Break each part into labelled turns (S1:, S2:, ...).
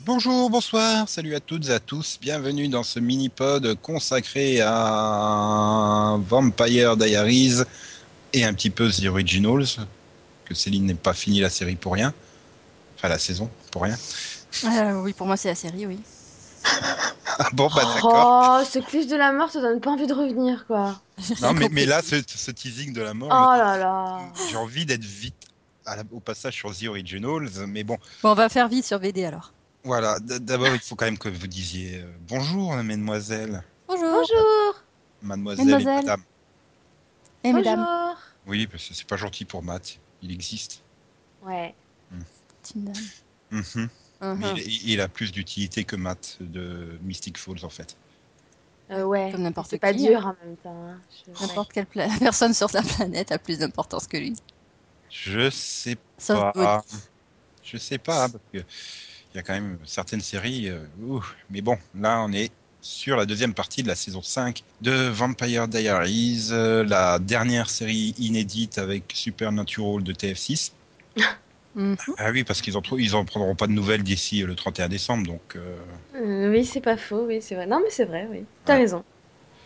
S1: Bonjour, bonsoir, salut à toutes et à tous, bienvenue dans ce mini-pod consacré à Vampire Diaries et un petit peu The Originals, que Céline n'ait pas fini la série pour rien, enfin la saison pour rien.
S2: Euh, oui, pour moi, c'est la série, oui.
S1: Ah bon, bah d'accord.
S3: Oh, ce cliché de la mort, ça donne pas envie de revenir, quoi.
S1: Non, mais, mais là, ce, ce teasing de la mort,
S3: Oh là là.
S2: Eh,
S1: j'ai envie d'être vite à la- au passage sur The Originals, mais bon,
S2: Bon, on va faire vite sur VD alors.
S1: voilà, d- d'abord, il faut quand même que vous disiez euh, bonjour, mesdemoiselles,
S2: Bonjour.
S3: Bonjour.
S1: mademoiselle, et
S2: Mademoiselle.
S1: madame.
S2: Et Eh, mesdames.
S3: Bonjour.
S1: Oui, parce que c'est pas gentil pour Matt, il existe.
S3: Ouais.
S2: C'est une dame.
S1: Mhm. Mais
S2: Mhm.
S1: il, il a plus d'utilité que Matt de Mystic Falls en fait.
S3: Euh, ouais.
S2: Comme n'importe
S3: C'est pas
S2: qui,
S3: dur en même temps. hein. Je- ouais.
S2: N'importe quelle pla- personne sur la planète a plus d'importance que lui.
S1: Je sais
S2: Sauf
S1: pas.
S2: Bodhi.
S1: Je sais pas parce que il y a quand même certaines séries. euh, ouh. mais bon, là on est sur la deuxième partie de la saison 5 de Vampire Diaries, euh, la dernière série inédite avec Supernatural de TF6.
S2: Mhm.
S1: Ah oui, parce qu'ils en, trou- ils en prendront pas de nouvelles d'ici euh, le 31 décembre, donc. euh,
S3: Euh, oui, c'est pas faux, oui, c'est vrai. Non, mais c'est vrai, oui. T'as
S1: Ouais.
S3: raison.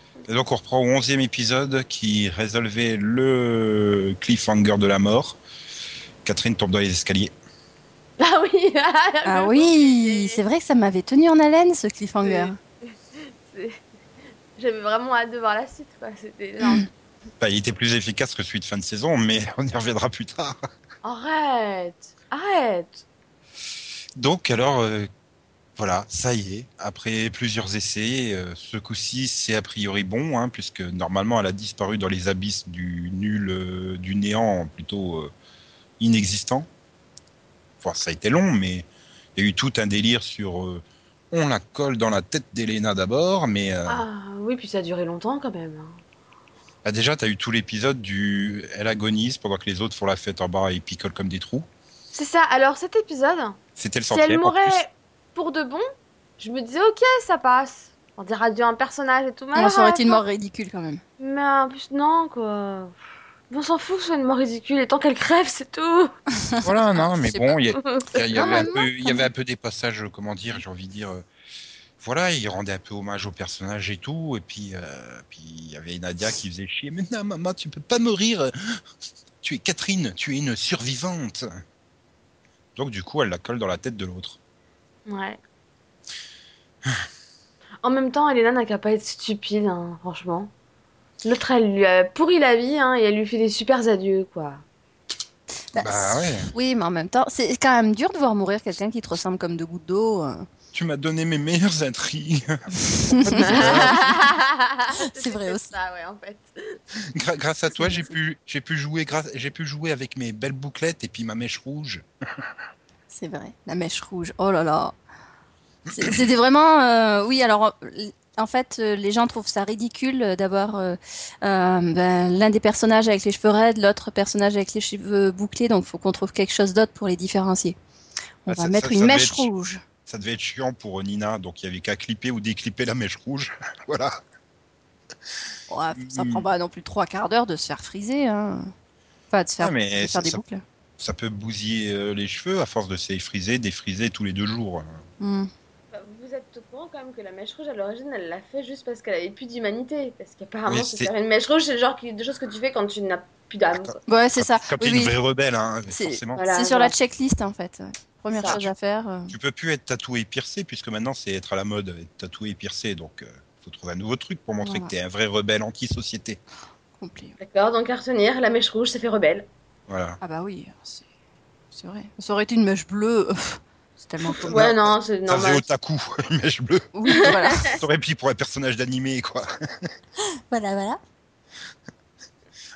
S1: Et donc on reprend au 11e épisode qui résolvait le cliffhanger de la mort. Catherine tombe dans les escaliers.
S3: Ah oui.
S2: Ah oui, c'est vrai que ça m'avait tenu en haleine ce cliffhanger.
S3: C'est- J'avais vraiment hâte de voir la suite, quoi. C'était genre,
S2: Mm.
S1: Bah, il était plus efficace que celui de fin de saison, mais on y reviendra plus tard.
S3: arrête, arrête.
S1: Donc alors, euh, voilà, ça y est. Après plusieurs essais, euh, ce coup-ci c'est a priori bon, hein, puisque normalement elle a disparu dans les abysses du nul, euh, du néant plutôt euh, inexistant. Enfin, ça a été long, mais il y a eu tout un délire sur... euh, on la colle dans la tête d'Elena d'abord, mais... euh,
S3: Ah oui, puis ça a duré longtemps quand même. hein.
S1: Bah déjà, t'as eu tout l'épisode du. Elle agonise pendant que les autres font la fête en bas et picolent comme des trous.
S3: C'est ça. Alors cet épisode,
S1: C'était le
S3: si elle
S1: centième. en
S3: m'aurait
S1: plus.
S3: pour de bon, je me disais ok, ça passe. On dirait adieu à un personnage et tout. mais
S2: Moi, Ah, ça aurait
S3: alors,
S2: été une mort ridicule quand même.
S3: Mais en plus, non, quoi. Mais On s'en fout que ce soit une mort ridicule, et tant qu'elle crève, c'est tout.
S1: Voilà, non, mais
S2: Je sais
S1: bon, il y, a- il y a- il y avait un
S2: Normalement,
S1: peu- il y
S2: quand
S1: avait
S2: même.
S1: un peu des passages, euh, comment dire, j'ai envie de dire. euh, Voilà, il rendait un peu hommage au personnage et tout. Et puis, euh, puis il y avait Nadia qui faisait chier. Mais non, maman, tu peux pas mourir. Tu es Catherine, tu es une survivante. Donc, du coup, elle la colle dans la tête de l'autre.
S3: Ouais. En même temps, Elena n'a qu'à pas être stupide, hein, franchement. L'autre, elle lui a pourri la vie, hein, et elle lui fait des super adieux, quoi.
S2: Bah,
S1: Bah ouais.
S2: Oui, mais en même temps, c'est quand même dur de voir mourir quelqu'un qui te ressemble comme deux gouttes d'eau. euh.
S1: Tu m'as donné mes meilleures intrigues.
S2: C'est vrai
S3: peut-être
S2: aussi.
S3: ça, ouais, en fait.
S1: Gra- grâce à toi, j'ai pu, j'ai pu jouer, grâce, j'ai pu jouer avec mes belles bouclettes et puis ma mèche rouge.
S2: C'est vrai, la mèche rouge. Oh là là. C'est- C'était vraiment. euh, oui, alors. euh, En fait, euh, les gens trouvent ça ridicule euh, d'avoir euh, euh, ben, l'un des personnages avec les cheveux raides, l'autre personnage avec les cheveux bouclés. Donc, faut qu'on trouve quelque chose d'autre pour les différencier. On
S1: Ah,
S2: va
S1: ça-
S2: mettre
S1: ça-
S2: une
S1: ça devait
S2: mèche
S1: être-
S2: rouge.
S1: Ça devait être chiant pour euh, Nina, donc il y avait qu'à clipper ou déclipper la mèche rouge. voilà.
S2: Ouais, ça
S1: Hmm.
S2: prend pas non plus trois quarts d'heure de se faire friser. Hein. Enfin, de se faire,
S1: Ah, mais
S2: de faire
S1: ça,
S2: des
S1: ça-
S2: boucles.
S1: ça peut bousiller euh, les cheveux à force de se les friser, défriser tous les deux jours.
S2: Hmm.
S3: Bah, Vous êtes au courant quand même que la mèche rouge à l'origine elle l'a fait juste parce qu'elle avait plus d'humanité. Parce qu'apparemment,
S1: Oui,
S3: se
S1: c'est-
S3: faire une mèche rouge, c'est le genre qui- de choses que tu fais quand tu n'as plus d'âme.
S1: D'accord.
S3: quoi.
S2: Ouais, c'est ça.
S1: Comme t'es
S2: Oui,
S1: une
S2: oui.
S1: vraie rebelle, hein,
S2: C'est-
S1: forcément.
S3: Voilà,
S2: C'est sur la
S3: voilà.
S2: checklist, en fait. ouais. Première
S3: Ça.
S2: chose à faire. euh,
S1: Tu peux plus être tatoué et piercé, puisque maintenant c'est être à la mode, être tatoué et piercé. Donc, euh, faut trouver un nouveau truc pour montrer
S2: Voilà.
S1: que t'es un vrai rebelle anti-société.
S2: complet.
S3: D'accord, donc à retenir, la mèche rouge, ça fait rebelle.
S1: Voilà.
S2: Ah bah oui, c'est c'est vrai. Ça aurait été une mèche bleue. euh, c'est tellement con.
S3: Ouais, non, c'est
S1: Ça faisait
S3: normal.
S1: otaku, une mèche bleue.
S2: Oui, voilà.
S1: T'aurais pris pour un personnage d'animé, quoi.
S2: voilà, voilà.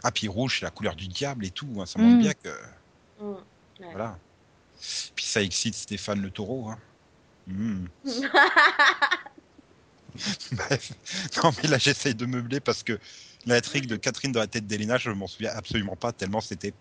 S1: Ah, puis rouge, c'est la couleur du diable et tout. hein, Ça montre
S2: Mm.
S1: bien que.
S3: Mm.
S1: Voilà. Puis ça excite Stéphane le taureau. Hein. Mm. Bref. Non, mais là, j'essaye de meubler parce que l'intrigue de Catherine dans la tête d'Elena, je m'en souviens absolument pas tellement c'était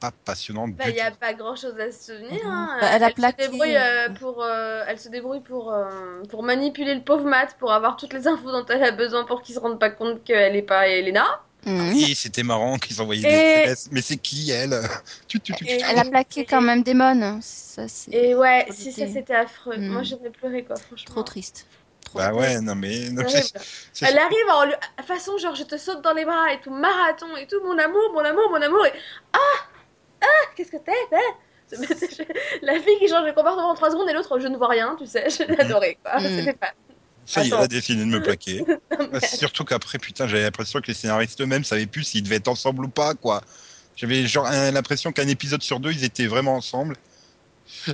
S1: pas passionnant.
S3: Bah,
S1: du
S3: il n'y a
S1: tout.
S3: pas grand chose à se souvenir.
S2: Mhm.
S3: hein.
S2: Bah, elle a plaqué,
S3: Se débrouille, euh,
S2: euh,
S3: pour, euh, elle se débrouille pour, euh, pour manipuler le pauvre Matt, pour avoir toutes les infos dont elle a besoin pour qu'il se rende pas compte qu'elle n'est pas Elena.
S2: Mhm.
S1: Et c'était marrant qu'ils envoyaient des
S3: Et-
S1: SMS. Mais c'est qui elle Tu, tu, tu, tu,
S3: Et-
S1: tu.
S2: Elle a plaqué quand même des mônes. Ça, c'est
S3: Et ouais,
S2: C'était-
S3: si ça c'était affreux.
S2: Hmm.
S3: Moi j'aurais pleuré quoi, franchement.
S2: trop triste. Trop
S1: Bah
S2: triste.
S1: ouais, non mais. non,
S3: Terrible.
S1: c'est- c'est-
S3: Elle arrive en lui- façon genre je te saute dans les bras et tout, marathon et tout, mon amour, mon amour, mon amour. Et... Ah Ah Qu'est-ce que t'es hein La fille qui change de comportement en 3 secondes et l'autre je ne vois rien, tu sais, je l'adorais quoi.
S2: Hmm.
S3: C'était pas.
S1: Ça y est, elle
S3: Attends.
S1: a décidé de me plaquer. Bah, Surtout qu'après, putain, j'avais l'impression que les scénaristes eux-mêmes savaient plus s'ils devaient être ensemble ou pas, quoi. J'avais genre un- l'impression qu'un épisode sur deux, ils étaient vraiment ensemble.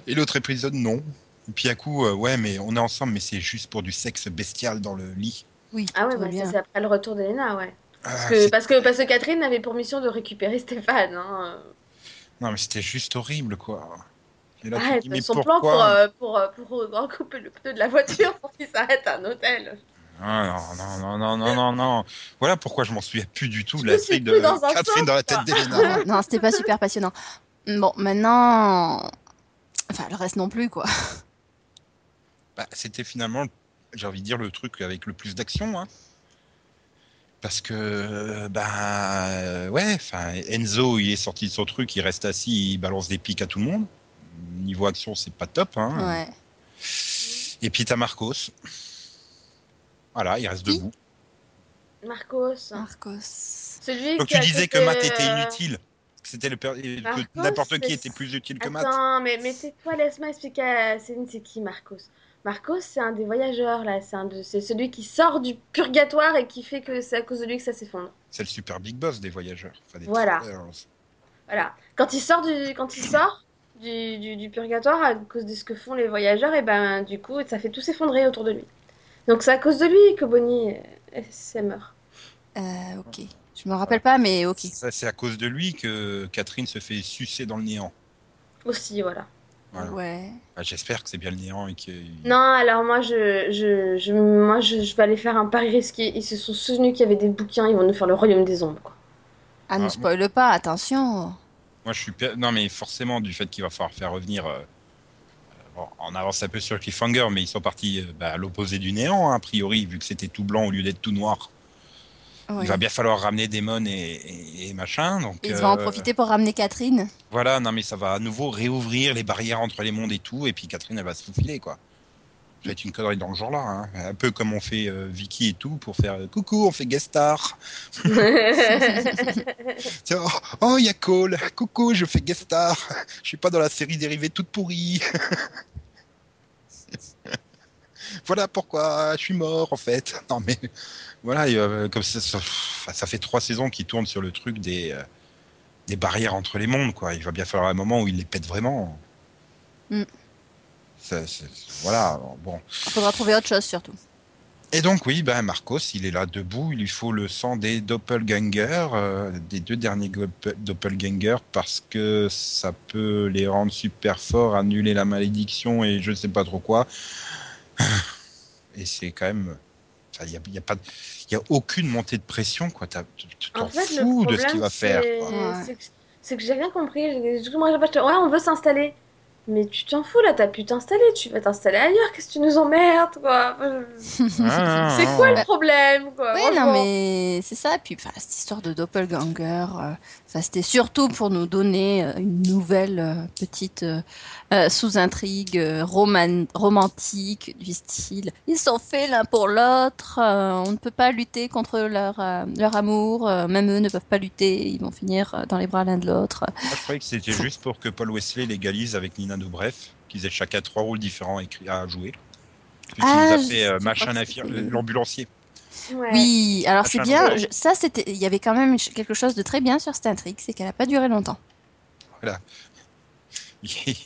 S1: Et l'autre épisode, non. Et puis à coup, euh, ouais, mais on est ensemble, mais c'est juste pour du sexe bestial dans le lit.
S2: Oui,
S3: Ah ouais,
S2: tout va
S3: bah, ça
S2: bien.
S3: c'est après le retour d'Elena, ouais.
S1: Ah,
S3: Parce que,
S1: c'est-
S3: parce, que, parce que Catherine avait pour mission de récupérer Stéphane. Hein.
S1: Non, mais c'était juste horrible, quoi. Et là, Bah, tu
S3: Ah,
S1: te dis, mais
S3: son plan
S1: pourquoi
S3: pour, euh, pour, euh, pour, euh, recouper le pneu de la voiture pour qu'il s'arrête à un hôtel.
S1: Ah, non, non, non, non, non, non, non. Voilà pourquoi je m'en souviens plus du tout.
S3: Je
S1: La
S3: me suis
S1: fille de
S3: plus dans un
S1: Catherine
S3: sens,
S1: dans la
S3: quoi.
S1: tête d'Elena.
S2: non, c'était pas super passionnant. Bon, maintenant. Enfin, le reste non plus, quoi.
S1: Bah, c'était finalement, j'ai envie de dire, le truc avec le plus d'action. hein. Parce que, euh, bah, euh, ouais, enfin, Enzo, il est sorti de son truc, il reste assis, il balance des pics à tout le monde. Niveau action, c'est pas top. Hein.
S2: Ouais.
S1: Et puis t'as Marcos. Voilà, il reste
S2: Qui
S1: debout.
S3: Marcos.
S2: Marcos.
S3: Celui
S1: Donc
S3: qui
S1: tu
S3: a
S1: disais que
S3: fait,
S1: Matt était
S3: euh,
S1: inutile. que C'était le per- que
S3: Marcos,
S1: n'importe qui
S3: c'est-
S1: était plus utile que Matt.
S3: Attends, mais, mais tais-toi, laisse-moi expliquer à Céline, c'est qui Marcos Marcos, c'est un des voyageurs, là. C'est un de- c'est celui qui sort du purgatoire et qui fait que c'est à cause de lui que ça s'effondre.
S1: C'est le super big boss des voyageurs. Enfin, des hein.
S3: Voilà.
S1: travelers.
S3: Voilà. Quand il sort du, quand il sort du, du, du purgatoire à cause de ce que font les voyageurs, et ben du coup, ça fait tout s'effondrer autour de lui. Donc c'est à cause de lui que Bonnie, euh, elle, elle meurt.
S2: Euh, ok. Je me rappelle pas, mais ok.
S1: Ça, c'est à cause de lui que Catherine se fait sucer dans le néant.
S3: Aussi, voilà.
S1: Voilà.
S2: Ouais.
S1: Bah, J'espère que c'est bien le néant et qu'il
S3: Non, alors moi, je, je, je- moi je, je vais aller faire un pari risqué. Ils se sont souvenus qu'il y avait des bouquins, ils vont nous faire le royaume des ombres, quoi.
S2: Ah,
S1: Ah,
S2: ne spoil pas, attention.
S1: Moi, je suis. per- Non, mais forcément, du fait qu'il va falloir faire revenir. euh, euh, bon, on avance un peu sur le cliffhanger, mais ils sont partis euh, bah, à l'opposé du néant, hein, a priori, vu que c'était tout blanc au lieu d'être tout noir.
S2: Ouais.
S1: Il va bien falloir ramener des mônes et, et, et machin. Donc,
S2: Et Ils
S1: euh,
S2: vont en profiter pour ramener Catherine.
S1: Voilà, non, mais ça va à nouveau réouvrir les barrières entre les mondes et tout, et puis Catherine, elle va se faufiler, quoi. Ça va être une connerie dans le genre-là, hein. un peu comme on fait euh, Vicky et tout pour faire euh, coucou, on fait guest star. Tiens, oh, oh, il y a Cole, coucou, je fais guest star. Je suis pas dans la série dérivée toute pourrie. voilà pourquoi je suis mort en fait. Non mais voilà, et, euh, comme ça, ça, pff, ça fait trois saisons qu'il tourne sur le truc des, euh, des barrières entre les mondes quoi. Il va bien falloir un moment où il les pète vraiment.
S2: Mm.
S1: Ça, c'est- voilà, bon.
S2: Il faudra trouver autre chose surtout.
S1: Et donc oui, ben Marcos, il est là debout, il lui faut le sang des doppelgangers, euh, des deux derniers gop- doppelgangers, parce que ça peut les rendre super forts, annuler la malédiction et je ne sais pas trop quoi. Et c'est quand même... enfin, Il n'y a, il y a, pas de- il y a aucune montée de pression, quoi. T'as- Tu tu t'en
S3: En fait, le
S1: fous de
S3: problème,
S1: ce qu'il va faire.
S3: c'est-
S1: quoi.
S2: Ouais.
S3: c'est que- C'est que j'ai rien compris. J'ai- j'ai- Moi, j'ai pas- ouais, on veut s'installer. Mais tu t'en fous là, t'as pu t'installer, tu vas t'installer ailleurs, qu'est-ce que tu nous emmerdes quoi C'est
S1: Ah, ah,
S3: quoi
S1: ah.
S3: le problème quoi
S2: Oui,
S3: franchement
S2: non, mais c'est ça. Puis, enfin, cette histoire de doppelganger, euh, enfin, c'était surtout pour nous donner euh, une nouvelle euh, petite euh, euh, sous-intrigue euh, roman- romantique du style. Ils sont faits l'un pour l'autre. euh, on ne peut pas lutter contre leur, euh, leur amour. euh, même eux ne peuvent pas lutter. Ils vont finir euh, dans les bras l'un de l'autre.
S1: Moi, je croyais que c'était juste pour que Paul Wesley légalise avec Nina Dobrev, qu'ils aient chacun trois rôles différents à écri- à jouer. Puisqu'il
S2: Ah,
S1: nous a
S2: je
S1: fait euh,
S2: sais
S1: machin
S2: pas si
S1: l'infir-
S2: c'était-
S1: l'ambulancier.
S3: Ouais.
S2: Oui, alors
S1: Ah,
S2: c'est
S1: ça,
S2: bien.
S1: ouais.
S2: je- ça, c'était. Il y avait quand même quelque chose de très bien sur cette intrigue, c'est qu'elle n'a pas duré longtemps.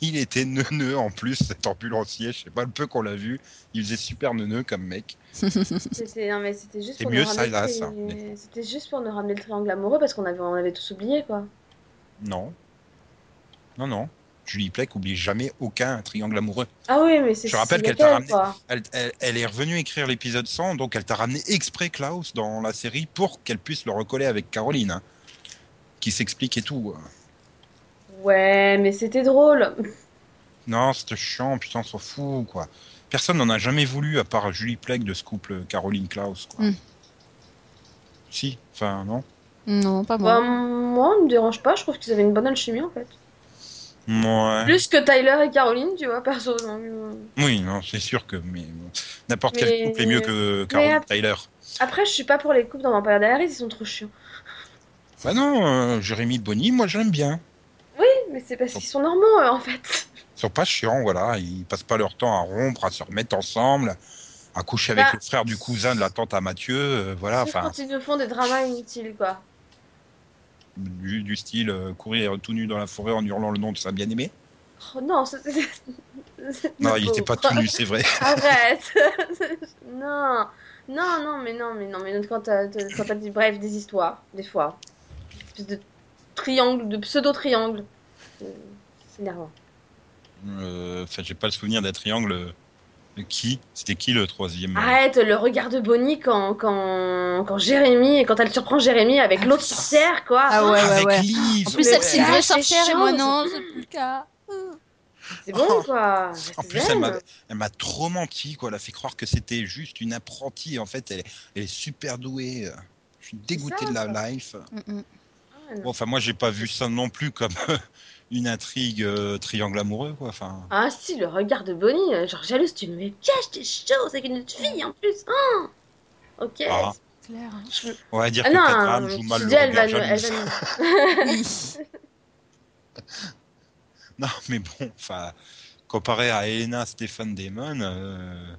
S1: Il était neuneux en plus, cet ambulancier. Je sais pas le peu qu'on l'a vu. Il faisait super neuneux comme mec.
S3: C'était non, mais c'était juste
S1: C'est
S3: pour
S1: mieux
S3: nous ramener
S1: ça, là,
S3: le tri-
S1: ça, mais-
S3: c'était juste pour nous ramener le triangle amoureux parce qu'on avait on avait tous oublié quoi.
S1: Non. Non, non. Julie Plec oublie jamais aucun triangle amoureux.
S3: Ah oui, mais c'est
S1: Je rappelle
S3: c'est
S1: qu'elle t'a
S3: lequel, quoi.
S1: Elle, elle- elle est revenue écrire l'épisode 100, donc elle t'a ramené exprès Klaus dans la série pour qu'elle puisse le recoller avec Caroline, hein, qui s'explique et tout. hein.
S3: Ouais, mais c'était drôle.
S1: Non, c'était chiant, putain, on s'en fout, quoi. Personne n'en a jamais voulu, à part Julie Plec de ce couple Caroline Klaus, quoi.
S2: Mm.
S1: Si, enfin non.
S2: Non, pas
S3: Bah,
S2: moi.
S3: moi, on me dérange pas, je trouve qu'ils avaient une bonne alchimie en fait.
S1: Ouais.
S3: Plus que Tyler et Caroline, tu vois, perso. non, mais-
S1: Oui, non, c'est sûr que mais bon, n'importe
S3: Mais-
S1: quel couple est mieux que Carol
S3: après-
S1: Tyler.
S3: Après, je suis pas pour les couples dans Vampire Diaries, ils sont trop chiants.
S1: Bah non, euh, Jérémy Bonny, moi je l'aime bien.
S3: Mais c'est parce qu'ils sont normaux euh, en fait.
S1: Ils sont pas chiants, voilà. Ils passent pas leur temps à rompre, à se remettre ensemble, à coucher avec
S3: Bah.
S1: le frère du cousin de la tante à Mathieu, euh, voilà,
S3: Sauf
S1: enfin,
S3: Quand ils nous font des dramas inutiles, quoi.
S1: du, du style euh, courir tout nu dans la forêt en hurlant le nom de sa bien-aimée.
S3: Oh, non, ça, c'est. c'est-
S1: Non,
S3: le
S1: il était pas
S3: pauvre.
S1: tout nu, c'est vrai.
S3: Arrête Non Non, non, mais non, mais non, mais quand t'as t'as- quand t'as dit bref, des histoires, des fois. Espèce de triangle, de pseudo-triangle. Euh, C'est énervant.
S1: Euh, Enfin, j'ai pas le souvenir d'un triangle. euh, Qui C'était qui le troisième euh,
S2: Ah,
S3: Arrête le regard de Bonnie quand, quand, quand Jérémy, quand elle surprend Jérémy avec l'autre sorcière, quoi.
S2: Ah ouais, ouais,
S1: Avec
S2: ouais.
S1: Liv,
S2: En plus,
S1: ouais.
S2: elle, c'est une vraie
S3: Ouais, c'est
S2: sorcière et moi,
S3: chaud,
S2: non, c'est plus le cas.
S3: C'est bon,
S1: Oh.
S3: quoi.
S1: En
S3: C'est
S1: plus,
S3: zen.
S1: elle m'a- elle m'a trop menti, quoi. Elle a fait croire que c'était juste une apprentie. En fait, elle, est- elle est super douée. euh. Je suis dégoûté
S3: ça,
S1: de la
S3: quoi.
S1: life.
S2: Mm, mm.
S3: Ah, non.
S1: Bon, enfin, moi, j'ai pas vu ça non plus comme euh, une intrigue euh, triangle amoureux, quoi. Enfin,
S3: Ah si, le regard de Bonnie, euh, genre jalouse, tu me caches tes choses avec une autre fille en plus. Hein ok.
S1: Ah.
S2: Clair. hein.
S1: on va dire
S3: Ah
S1: que
S3: non,
S1: Catherine
S3: euh,
S1: joue mal
S3: tu
S1: le
S3: dis, elle va
S1: regard
S3: nous- elle
S1: jalouse.
S3: va nous-
S1: Non, mais bon, enfin, comparé à Elena Stéphane Damon, euh,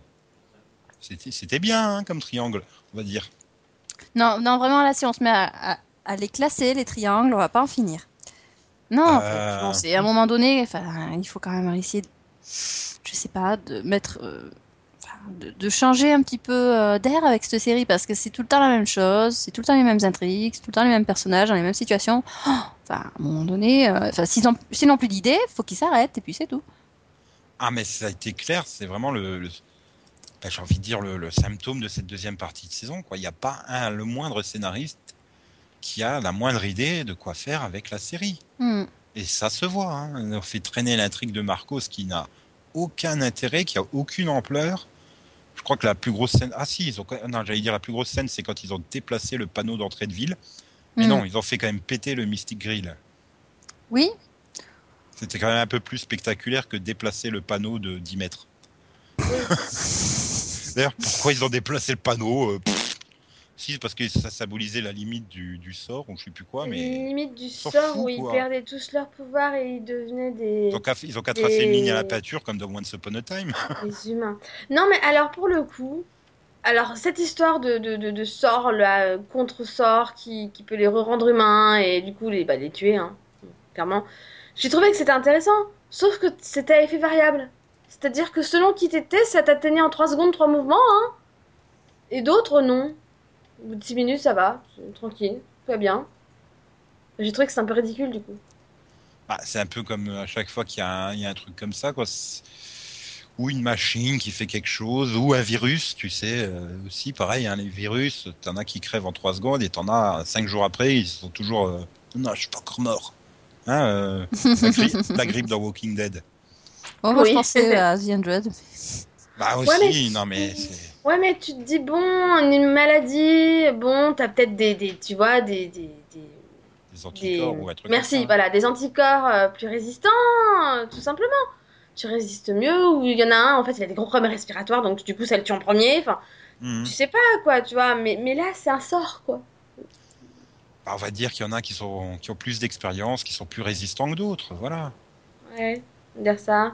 S1: c'était c'était bien hein, comme triangle, on va dire.
S2: Non, non, vraiment, là, si on se met à, à- à les classer, les triangles, on va pas en finir. Non, en fait,
S1: Euh.
S2: bon, c'est à un moment donné, enfin, il faut quand même essayer, de- je sais pas, de mettre, euh, enfin, de, de changer un petit peu euh, d'air avec cette série parce que c'est tout le temps la même chose, c'est tout le temps les mêmes intrigues, c'est tout le temps les mêmes personnages dans les mêmes situations. Oh, Enfin, à un moment donné, euh, enfin, s'ils ont- s'ils n'ont plus d'idées, faut qu'ils s'arrêtent et puis c'est tout.
S1: Ah, mais ça a été clair, c'est vraiment le, le- ben, j'ai envie de dire le, le symptôme de cette deuxième partie de saison. quoi. Il n'y a pas un, le moindre scénariste qui a la moindre idée de quoi faire avec la série.
S2: Hmm.
S1: Et ça se voit. Hein. On fait traîner l'intrigue de Marcos qui n'a aucun intérêt, qui a aucune ampleur. Je crois que la plus grosse scène. Ah si, ils ont. quand- Non, j'allais dire la plus grosse scène, c'est quand ils ont déplacé le panneau d'entrée de ville. Mais
S2: Hmm.
S1: non, ils ont fait quand même péter le Mystic Grill.
S2: Oui,
S1: C'était quand même un peu plus spectaculaire que déplacer le panneau de 10 mètres. D'ailleurs, pourquoi ils ont déplacé le panneau euh, pff. Si, c'est parce que ça symbolisait la limite du, du sort, ou je sais plus quoi, mais.
S3: limite du
S1: s'en
S3: sort
S1: fout,
S3: où ils
S1: quoi.
S3: perdaient tous leur pouvoir et ils devenaient des,
S1: Donc, ils ont qu'à
S3: Et-
S1: tracer une ligne à la peinture comme dans Once Upon a Time.
S3: des humains. Non, mais alors pour le coup, alors cette histoire de, de, de, de sort, le contre-sort qui, qui peut les rendre humains et du coup les, bah, les tuer, hein, clairement, j'ai trouvé que c'était intéressant. Sauf que c'était à effet variable. C'est-à-dire que selon qui t'étais, ça t'atteignait en 3 secondes, 3 mouvements, hein. Et d'autres, non. Au bout de 6 minutes, ça va, c'est tranquille, tout va bien. J'ai trouvé que c'est un peu ridicule du coup.
S1: Bah, c'est un peu comme à chaque fois qu'il y, a un- il y a un truc comme ça, quoi. C'est- Ou une machine qui fait quelque chose, ou un virus, tu sais, euh, aussi pareil, hein, les virus, t'en as qui crèvent en 3 secondes et t'en as 5 jours après, ils sont toujours. euh, non, je suis pas encore mort. Hein, euh, la, gri- la grippe dans Walking Dead.
S2: Oh, moi, je
S3: Oui.
S2: pensais à The Hundred.
S1: Bah aussi,
S3: Ouais,
S1: non mais c'est.
S3: Ouais, mais tu te dis, bon, une maladie, bon, t'as peut-être des, des, tu vois, des, des, des,
S1: Des
S3: des-
S1: anticorps ou un truc
S3: merci, bah-
S1: comme ça.
S3: voilà, des anticorps euh, plus résistants, euh, tout simplement. Tu résistes mieux, ou il y en a un, en fait, il a des gros problèmes respiratoires, donc du coup, ça le tue en premier, enfin,
S1: Mhm.
S3: tu sais pas, quoi, tu vois, mais, mais là, c'est un sort, quoi.
S1: Bah, on va dire qu'il y en a qui, sont, qui ont plus d'expérience, qui sont plus résistants que d'autres, voilà.
S3: Ouais, dire ça.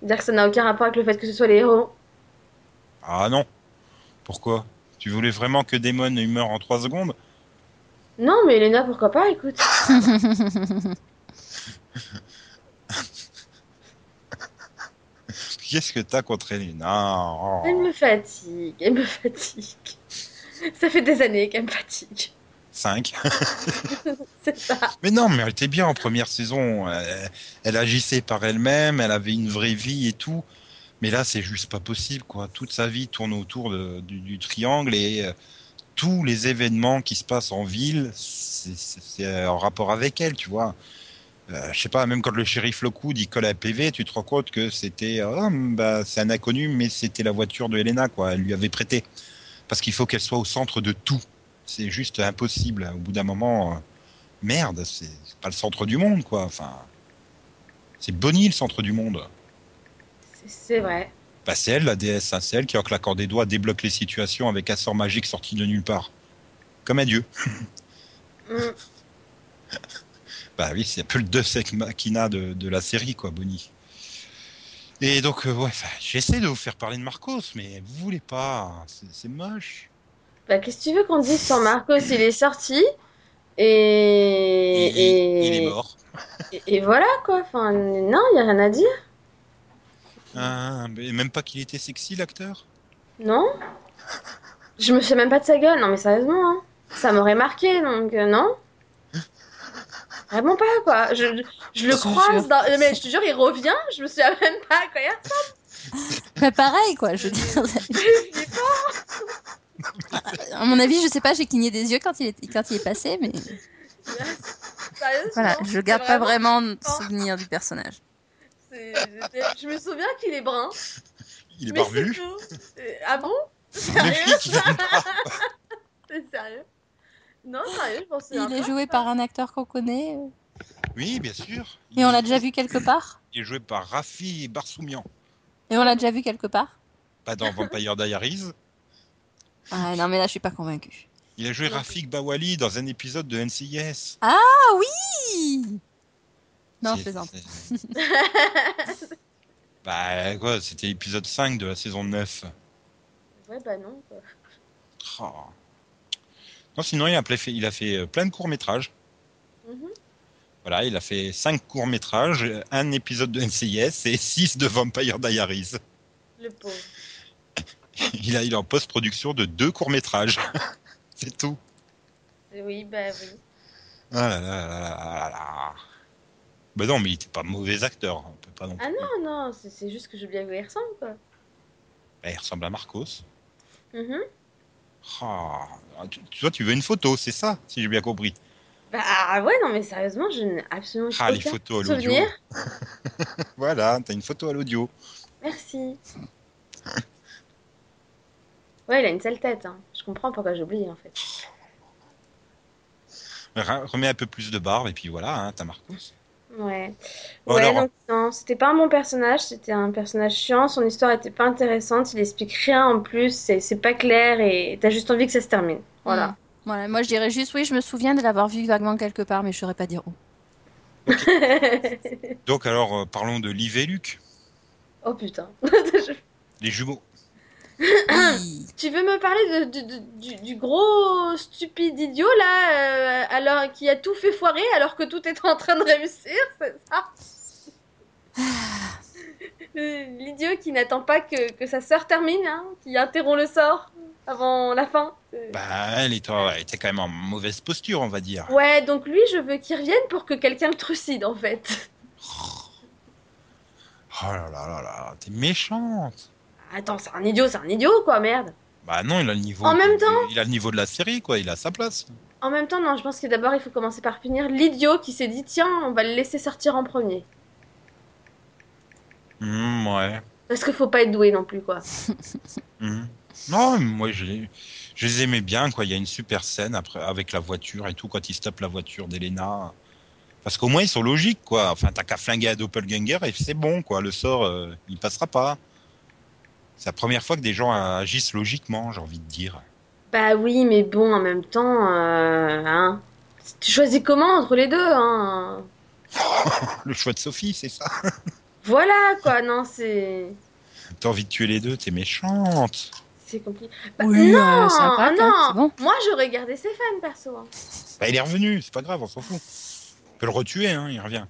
S3: Dire que ça n'a aucun rapport avec le fait que ce soit les héros.
S1: Ah non Pourquoi Tu voulais vraiment que Damon meure en 3 secondes
S3: Non, mais Elena, pourquoi pas, écoute.
S1: Qu'est-ce que t'as contre Elena Oh.
S3: Elle me fatigue, elle me fatigue. Ça fait des années qu'elle me fatigue.
S1: Cinq.
S3: C'est ça.
S1: Mais non, mais elle était bien en première saison. Elle, elle agissait par elle-même, elle avait une vraie vie et tout. Mais là, c'est juste pas possible, quoi. Toute sa vie tourne autour de- du, du triangle et euh, tous les événements qui se passent en ville, c'est- c'est c'est en rapport avec elle, tu vois. Euh, je sais pas, même quand le shérif Lockwood il colle à PV, tu te rends compte que c'était, ah, bah, c'est un inconnu, mais c'était la voiture de Helena, quoi. Elle lui avait prêté. Parce qu'il faut qu'elle soit au centre de tout. C'est juste impossible. Au bout d'un moment, euh, merde, c'est c'est pas le centre du monde, quoi. Enfin, c'est Bonnie le centre du monde.
S3: C'est- C'est vrai.
S1: Bah, c'est elle, la déesse, hein. c'est elle qui, en claquant des doigts, débloque les situations avec un sort magique sorti de nulle part. Comme un dieu.
S3: Mm.
S1: Bah oui, c'est un peu le Deus Ex Machina de, de la série, quoi, Bonnie. Et donc, euh, ouais, enfin, j'essaie de vous faire parler de Marcos, mais vous voulez pas. hein, C'est- C'est moche.
S3: Bah, qu'est-ce que tu veux qu'on dise sur Marcos Il est sorti et...
S1: il,
S3: et...
S1: il est mort.
S3: Et, et voilà quoi, enfin non, il y a rien à dire.
S1: Ah, mais même pas qu'il était sexy, l'acteur
S3: Non Je me fais même pas de sa gueule, non mais sérieusement, hein. ça m'aurait marqué, donc euh, non. Vraiment pas quoi, je, je le
S2: Je te
S3: croise
S2: jure.
S3: dans... non, Mais je te jure, il revient, je me souviens même pas quoi. Regarde,
S2: Mais pareil, quoi. Je veux dire,
S3: je dis pas.
S2: à mon avis, je sais pas, j'ai cligné des yeux quand il est, quand il est passé, mais
S3: Sérieusement,
S2: voilà, je garde pas
S3: vraiment-
S2: vraiment de souvenir du personnage.
S3: c'est- j'étais- Je me souviens qu'il est brun.
S1: Il est
S3: mais c'est
S1: barbu.
S3: tout. Euh, Ah bon
S1: Le flic, il a une barbe.
S3: T'es sérieux Non, sérieux, je pensais
S2: Il est joué par un acteur qu'on connaît euh,
S1: Oui, bien sûr.
S2: et on
S1: Il-
S2: l'a déjà vu quelque part.
S1: Il est joué par Rafi Barsoumian.
S2: Et on l'a déjà vu quelque part.
S1: Pas dans Vampire Diaries.
S2: Ah non, mais là, je suis pas convaincue.
S1: Il a joué
S3: Non.
S1: Rafik Bawali dans un épisode de NCIS.
S2: Hi Non, je plaisante.
S1: C'est- bah quoi, c'était l'épisode 5 de la saison 9.
S3: Ouais, bah non quoi.
S1: Oh. Non, sinon il a plé- fait, il a fait euh, plein de courts-métrages.
S3: Mhm.
S1: Voilà, il a fait 5 courts-métrages, euh, un épisode de NCIS et 6 de Vampire Diaries.
S3: Le pauvre.
S1: Il a il est en post-production de deux courts-métrages. C'est tout.
S3: Oui, bah oui.
S1: Ah là là là là là là. Bah non, mais il était pas mauvais acteur, hein, on peut pas non
S3: Ah non, non, c'est- c'est juste que j'oublie à quoi il ressemble, quoi.
S1: Bah, il ressemble à Marcos.
S3: Mhm.
S1: Ah, tu, tu vois, tu veux une photo, c'est ça, si j'ai bien compris.
S3: Bah ah ouais, non, mais sérieusement, je n'ai absolument
S1: Ah, les
S3: aucun
S1: photos à l'audio.
S3: souvenir.
S1: Voilà, t'as une photo à l'audio.
S3: Merci. Ouais, il a une sale tête, hein. Je comprends pourquoi j'oublie, en fait.
S1: Ra- Remets un peu plus de barbe et puis voilà, hein, t'as Marcos.
S3: Ouais.
S1: Bon,
S3: ouais,
S1: alors.
S3: donc non, c'était pas un bon personnage, c'était un personnage chiant, son histoire était pas intéressante, il explique rien en plus, c'est c'est pas clair et t'as juste envie que ça se termine. Voilà.
S2: Mm. Voilà, moi je dirais juste oui, je me souviens de l'avoir vu vaguement quelque part, mais je saurais pas dire où.
S1: Donc alors, euh, parlons de Liv et Luc,
S3: oh putain.
S1: les jumeaux.
S2: Oui.
S3: Tu veux me parler de, de- de- du, du gros stupide idiot là, euh, alors qui a tout fait foirer alors que tout est en train de réussir, c'est ça Le- L'idiot qui n'attend pas que, que sa sœur termine, hein, qui interrompt le sort avant la fin. Euh,
S1: Bah, elle était, elle était quand même en mauvaise posture, on va dire.
S3: Ouais, donc lui, je veux qu'il revienne pour que quelqu'un le trucide en fait.
S1: Oh là là là là, t'es méchante.
S3: Attends, c'est un idiot, c'est un idiot quoi, merde.
S1: Bah non, il a le niveau.
S3: En même
S1: temps. Il a le niveau de la série, quoi. Il a sa place.
S3: En même temps, non, je pense que d'abord il faut commencer par punir l'idiot qui s'est dit tiens, on va le laisser sortir en premier.
S1: Hmm, ouais.
S3: Parce qu'il faut pas être doué non plus quoi.
S1: Mhm. Non, mais moi je les, je les aimais bien quoi. Il y a une super scène après avec la voiture et tout quand ils se tapent la voiture d'Elena. Parce qu'au moins ils sont logiques quoi. Enfin t'as qu'à flinguer à Doppelganger et c'est bon quoi. Le sort euh, il passera pas. C'est la première fois que des gens agissent logiquement, j'ai envie de dire.
S3: Bah oui, mais bon, en même temps, euh, hein. Tu choisis comment entre les deux, hein
S1: Le choix de Sophie, c'est ça.
S3: Voilà, quoi, non, c'est...
S1: T'as envie de tuer les deux, t'es méchante.
S3: C'est compliqué.
S2: Oui,
S3: non,
S2: euh, c'est un pack,
S3: non.
S2: hein, c'est bon.
S3: Moi, j'aurais gardé ses fans, perso. hein.
S1: Bah il est revenu, c'est pas grave, on s'en fout. On peut le retuer, hein, il revient.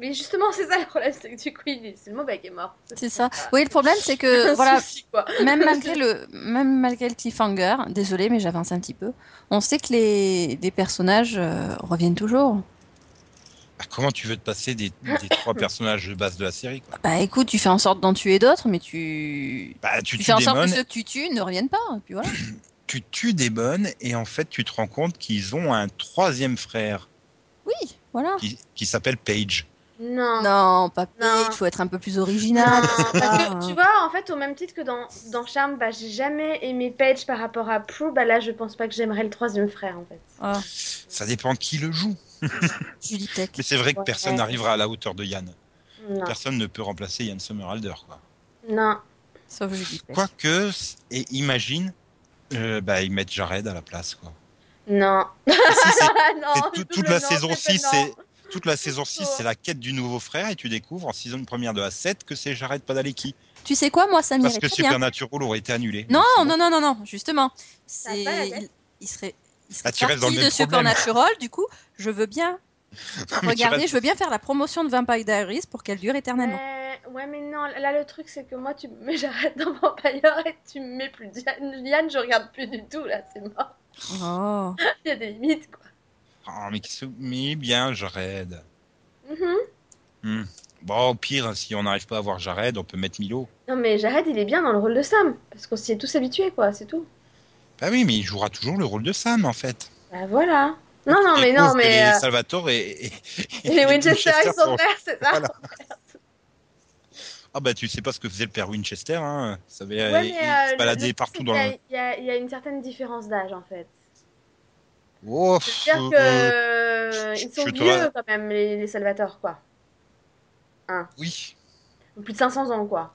S3: Mais justement, c'est ça le problème, c'est que du coup, il est- c'est le mauvais qui est mort.
S2: C'est ça. Oui, le problème c'est que voilà,
S3: Souci, quoi.
S2: même malgré le même malgré le cliffhanger, désolé mais j'avance un petit peu. On sait que les, les personnages euh, reviennent toujours.
S1: Bah, comment tu veux te passer des, des trois personnages de base de la série quoi
S2: Bah écoute, tu fais en sorte d'en tuer d'autres, mais tu
S1: Bah tu,
S2: tu,
S1: tues
S2: fais en
S1: des
S2: sorte
S1: mônes
S2: que ceux que tu tues ne reviennent pas. et puis voilà.
S1: tu tues des bonnes et en fait tu te rends compte qu'ils ont un troisième frère
S2: Oui, voilà.
S1: qui, qui s'appelle Paige.
S3: Non.
S2: Non, pas
S3: Non.
S2: il faut être un peu plus
S3: Non,
S2: original.
S3: parce
S2: Ah.
S3: que tu vois, en fait, au même titre que dans, dans Charme, bah, j'ai jamais aimé Paige par rapport à Prue, bah là, je pense pas que j'aimerais le troisième frère, en fait.
S2: Ah,
S1: Ça dépend qui le joue.
S2: Julie Tech.
S1: Mais c'est vrai que
S3: Ouais.
S1: personne n'arrivera à la hauteur de Yann.
S3: Non,
S1: Personne ne peut remplacer Yann Somerhalder. Quoi.
S3: non.
S2: Sauf Julie Tech.
S1: Quoique, et imagine, euh, bah, ils mettent Jared à la place. Quoi.
S3: Non.
S1: Et si c'est-
S3: Ah,
S1: c'est
S3: non,
S1: tout-
S3: double
S1: toute la
S3: non,
S1: saison
S3: triple
S1: 6,
S3: non.
S1: c'est. Toute la saison 6,
S3: Oh.
S1: c'est la quête du nouveau frère et tu découvres en saison première de la 7 que c'est Jared Padalecki.
S2: Tu sais quoi, moi, ça m'irait
S1: Parce que
S2: très bien.
S1: Supernatural aurait été annulé.
S2: Non,
S1: Donc,
S2: non, non, non, non, justement.
S3: a
S2: C'est...
S3: pas la tête
S2: Il, il serait, il serait
S1: Ah, tu restes dans le
S2: sorti de
S1: même problème.
S2: Supernatural, du coup, je veux bien
S1: mais tu
S2: regarder,
S1: restes-
S2: je veux bien faire la promotion de Vampire Diaries pour qu'elle dure éternellement.
S3: Euh, ouais, mais non, là, le truc, c'est que moi, tu me mets Jared dans Vampire et tu me mets plus Diane. Diane, je regarde plus du tout, là, c'est mort.
S2: Oh.
S3: Il y a des limites, quoi.
S1: Ah, mais, qu'est-ce- mais bien Jared.
S3: Mhm.
S1: Bon, au pire, hein, si on n'arrive pas à voir Jared, on peut mettre Milo.
S3: Non, mais Jared, il est bien dans le rôle de Sam, parce qu'on s'y est tous habitués, quoi, c'est tout.
S1: Bah oui, mais il jouera toujours le rôle de Sam, en fait.
S3: Bah voilà. Non, non,
S1: Il
S3: mais
S1: prouve
S3: non,
S1: que
S3: mais.
S1: les
S3: euh,
S1: Salvatore et, et-
S3: Et
S1: et
S3: les Winchester, ils sont
S1: sont-
S3: frères, c'est ça
S1: Voilà. Ah bah tu sais pas ce que faisait le père Winchester, hein. Ça avait,
S3: Ouais,
S1: il
S3: mais, euh,
S1: se
S3: le-
S1: baladait
S3: le truc,
S1: partout
S3: c'est
S1: dans
S3: qu'il y a-
S1: le...
S3: Il y, a- il y a une certaine différence d'âge, en fait.
S1: Oh, pff,
S3: C'est-à-dire
S1: euh,
S3: que.
S1: je-
S3: Ils sont
S1: je te
S3: vieux,
S1: ra-
S3: quand même, les, les Salvatore, quoi.
S1: Oui.
S3: Plus de 500 ans, quoi.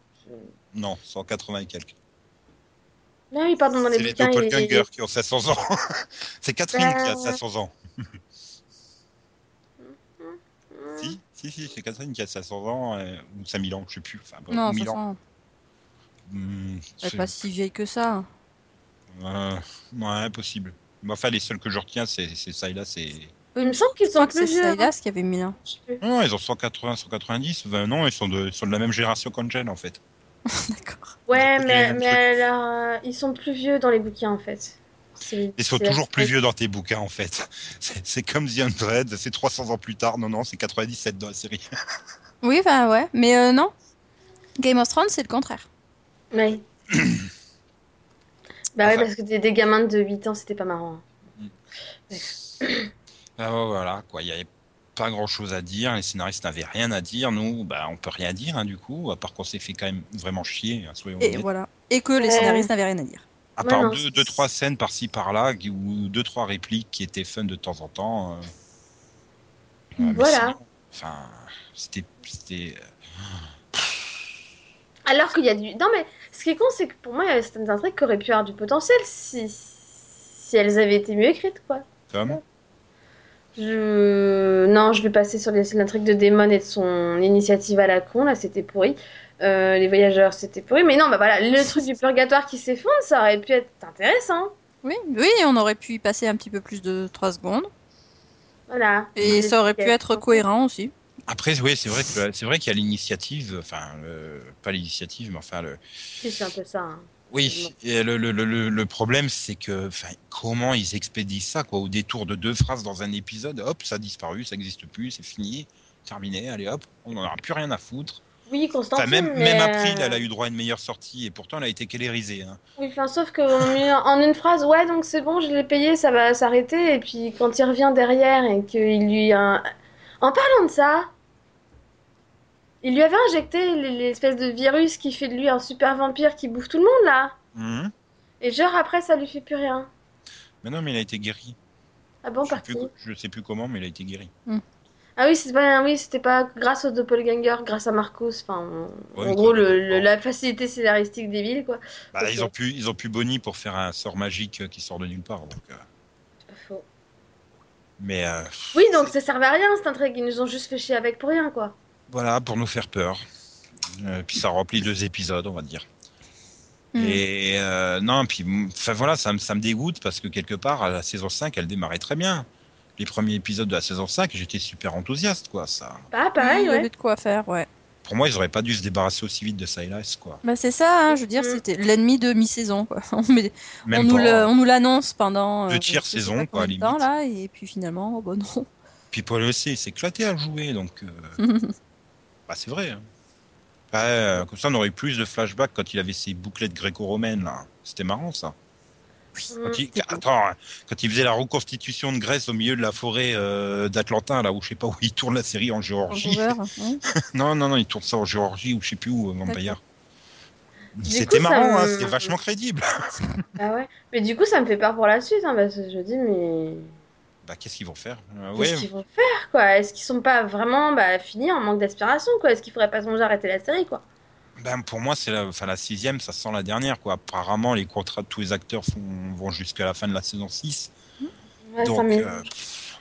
S1: Non, 180 et quelques.
S3: Non, oui, pardon, dans les
S1: C'est les
S3: bouquins, il- Ben,
S1: doppelgangers qui ont 500 ans. C'est Catherine qui a
S3: ouais.
S1: 500 ans.
S3: Hmm.
S1: Si, si, si, c'est Catherine qui a 500 ans, euh, ou 5000 ans, je sais plus. Enfin, bon,
S2: Non,
S1: 1000
S2: ça
S1: ans.
S2: sent-
S1: Hmm,
S2: elle est
S1: c'est-
S2: pas si vieille que ça.
S1: Euh, ouais, possible. Mais enfin, les seuls que je retiens, c'est c'est ça et là, c'est...
S3: Il me semble qu'ils
S2: Je crois
S3: sont
S2: que c'est
S3: plus vieux. hein.
S2: Silas qui avait mis là.
S3: Je sais plus.
S1: Non, ils ont 180, 190, 20 ans, ils sont de, ils sont de la même génération qu'Angel, en fait.
S2: D'accord.
S1: Ils
S3: Ouais,
S1: ont tous
S3: mais,
S1: les mêmes
S3: mais alors, euh, ils sont plus vieux dans les bouquins, en fait. C'est-
S1: Ils sont
S3: c'est-
S1: toujours plus vieux dans tes bouquins, en fait. C'est c'est comme The Dread, c'est 300 ans plus tard. Non, non, c'est 97 dans la série.
S2: Oui, bah ouais, mais euh, non. Game of Thrones, c'est le contraire.
S3: Ouais. bah ouais,
S1: Enfin.
S3: parce que des, des gamins de 8 ans, c'était pas marrant.
S1: Ah, ouais, voilà, quoi. Il n'y avait pas grand chose à dire. Les scénaristes n'avaient rien à dire. Nous, bah, on peut rien dire, hein, du coup, à part qu'on s'est fait quand même vraiment chier, hein, soyons
S2: Et
S1: honnêtes.
S2: voilà. Et que les
S3: Ouais.
S2: scénaristes n'avaient rien à dire.
S1: À
S3: Ouais,
S1: part
S3: non,
S1: deux,
S3: c'est-
S1: deux, trois scènes par-ci, par-là, qui- ou deux, trois répliques qui étaient fun de temps en temps. euh.
S2: Mm.
S1: mais
S3: Voilà.
S1: sinon, Enfin, c'était- c'était.
S3: Alors qu'il y a du. Non, mais ce qui est con, c'est que pour moi, il y avait certaines intrigues qui auraient pu avoir du potentiel si, si elles avaient été mieux écrites, quoi.
S1: Comme
S3: Je... Non, je vais passer sur les- l'intrigue de Damon et de son initiative à la con, là, c'était pourri. Euh, les voyageurs, c'était pourri. Mais non, bah voilà, le truc du purgatoire qui s'effondre, ça aurait pu être intéressant.
S2: Oui, oui, on aurait pu y passer un petit peu plus de 3 secondes.
S3: Voilà.
S2: Et ça aurait pu être cohérent aussi.
S1: Après, oui, c'est vrai que c'est vrai qu'il y a l'initiative, enfin, le- pas l'initiative, mais enfin le.
S3: Si, C'est un peu ça. hein.
S1: Oui, et le, le, le- le, le problème, c'est que, enfin, comment ils expédient ça, quoi, au détour de deux phrases dans un épisode, hop, ça a disparu, ça n'existe plus, c'est fini, terminé, allez hop, on n'en aura plus rien à foutre.
S3: Oui, Constantine.
S1: Enfin, même,
S3: mais,
S1: même April,
S3: euh,
S1: elle a eu droit à une meilleure sortie, et pourtant, elle a été calérisée. Hein.
S3: Oui, enfin, sauf qu'en en une phrase, ouais, donc c'est bon, je l'ai payé, ça va s'arrêter. Et puis quand il revient derrière et qu'il lui a. En parlant de ça, il lui avait injecté l- l'espèce de virus qui fait de lui un super vampire qui bouffe tout le monde là.
S1: Mhm.
S3: Et genre après, ça lui fait plus rien.
S1: Mais non, mais il a été guéri.
S3: Ah bon,
S1: je, sais
S3: parti.
S1: plus, je sais plus comment, mais il a été guéri.
S3: Ah oui, c'était pas, oui, c'était pas grâce au doppelganger, grâce à Marcos. Enfin, en-
S1: Ouais,
S3: en gros,
S1: mais-
S3: le- le- la facilité scénaristique débile quoi.
S1: Bah,
S3: Ok.
S1: ils ont pu, ils ont pu Bonnie pour faire un sort magique euh, qui sort de nulle part. Donc, euh,
S3: C'est pas faux.
S1: mais euh,
S3: Oui, donc ça servait à rien cette intrigue, ils nous ont juste fait chier avec pour rien quoi.
S1: Voilà, pour nous faire peur. Euh, puis ça remplit deux épisodes, on va dire.
S2: Hmm.
S1: Et euh, non, puis enfin voilà, ça, me- ça me dégoûte parce que quelque part, à la saison 5, elle démarrait très bien. Les premiers épisodes de la saison 5, j'étais super enthousiaste, quoi. Ça.
S3: Bah
S2: Oui,
S3: pareil,
S2: Il y
S3: ouais.
S2: avait de quoi faire, ouais.
S1: Pour moi, ils auraient pas dû se débarrasser aussi vite de Silas, quoi.
S2: Bah c'est ça, hein, je veux dire,
S3: Mm.
S2: c'était l'ennemi de mi-saison. Quoi. On, met- on
S1: Même
S2: nous
S1: pour, euh,
S2: le- on nous l'annonce pendant...
S1: Deux
S2: euh,
S1: tiers
S2: je sais
S1: saison,
S2: pas
S1: quoi,
S2: combien de temps,
S1: limite.
S2: là, et puis finalement, oh, bah non.
S1: Puis Paul aussi, il s'éclatait à le jouer, donc euh, bah, c'est vrai. hein. Bah, euh, comme ça, on aurait eu plus de flashbacks quand il avait ses bouclettes gréco-romaines, là. C'était marrant, ça. Quand il- Attends, hein, quand il faisait la reconstitution de Grèce au milieu de la forêt euh, d'Atlanta, là où je sais pas où il tourne la série en Géorgie.
S2: Vancouver, oui.
S1: non, non, non, il tourne ça en Géorgie ou je sais plus où, euh, en Bayard.
S3: Du
S1: C'était
S3: coup, ça
S1: marrant, hein,
S3: me-
S1: c'était vachement crédible.
S3: Ah ouais. Mais du coup, ça me fait peur pour la suite, hein, parce que je dis, mais.
S1: Bah, qu'est-ce qu'ils vont faire Euh,
S3: Qu'est-ce
S1: ouais,
S3: qu'ils vont faire, quoi Est-ce qu'ils sont pas vraiment bah, finis en manque d'aspiration, quoi Est-ce qu'il faudrait pas songer à arrêter la série, quoi
S1: Ben, pour moi, c'est la, enfin, la sixième, ça sent la dernière. Quoi. Apparemment, les contrats de tous les acteurs font, vont jusqu'à la fin de la saison 6.
S3: Ouais, ça
S1: Donc,
S3: me-
S1: euh, pff,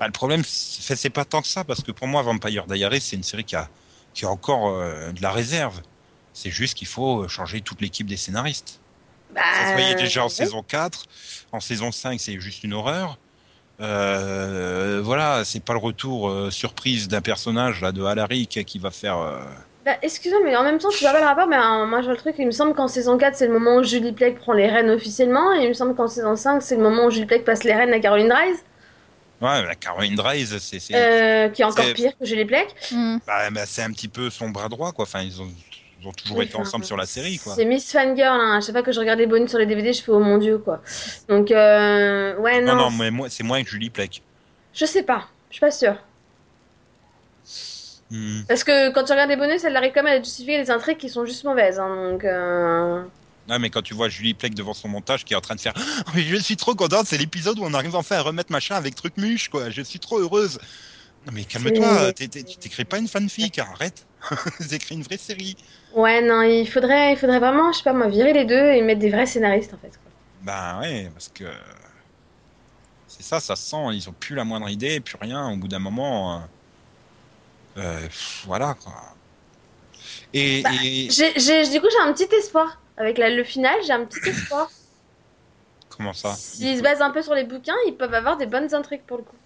S1: bah, le problème, c'est fait, c'est pas tant que ça, parce que pour moi, Vampire Diaries, c'est une série qui a, qui a encore euh, de la réserve. C'est juste qu'il faut euh, changer toute l'équipe des scénaristes.
S3: Bah,
S1: Ça se voyait déjà en
S3: ouais.
S1: saison 4. En saison 5, c'est juste une horreur. Euh, voilà, c'est pas le retour euh, surprise d'un personnage là de Alaric qui va faire. euh,
S3: Bah, excuse-moi, mais en même temps, je vois pas le rapport, mais euh, moi, je vois le truc, il me semble qu'en saison 4, c'est le moment où Julie Plec prend les rênes officiellement, et il me semble qu'en saison 5, c'est le moment où Julie Plec passe les rênes à Caroline Dries,
S1: Ouais, la Caroline Dries, c'est. c'est-
S3: euh, qui est encore
S1: c'est-
S3: pire que Julie Plec.
S2: Mm.
S1: Bah, bah, c'est un petit peu son bras droit, quoi. Enfin, ils ont, ils ont toujours
S3: Oui,
S1: été
S3: enfin,
S1: ensemble sur la série, quoi.
S3: C'est Miss Fangirl, hein. à chaque fois que je regarde les bonus sur les DVD, je fais oh mon dieu, quoi. Donc, euh, ouais, non,
S1: Non, non, mais moi, c'est moins que Julie Plec.
S3: je sais pas, je suis pas sûre.
S1: Hmm.
S3: Parce que quand tu regardes les bonus, elle arrive quand même à justifier les intrigues qui sont juste mauvaises, hein, donc... euh,
S1: Ah, mais quand tu vois Julie Plec devant son montage qui est en train de faire Oh, mais Je suis trop contente, c'est l'épisode où on arrive enfin à remettre machin avec truc muche, quoi. Je suis trop heureuse. Non, mais calme-toi,
S3: C'est-
S1: t'es- t'es- tu t'écris pas une fanfic, hein, arrête. T'écris une vraie série.
S3: Ouais, non, il faudrait, il faudrait vraiment, je sais pas moi, virer les deux et mettre des vrais scénaristes, en fait. quoi.
S1: Bah ouais, parce que. C'est ça, ça se sent, ils ont plus la moindre idée, plus rien, au bout d'un moment. euh, euh, pff, voilà, quoi. Et.
S3: Bah,
S1: et...
S3: J'ai, j'ai- du coup, j'ai un petit espoir. Avec la- le final, j'ai un petit espoir.
S1: Comment ça
S3: S'ils se basent un peu sur les bouquins, ils peuvent avoir des bonnes intrigues pour le coup.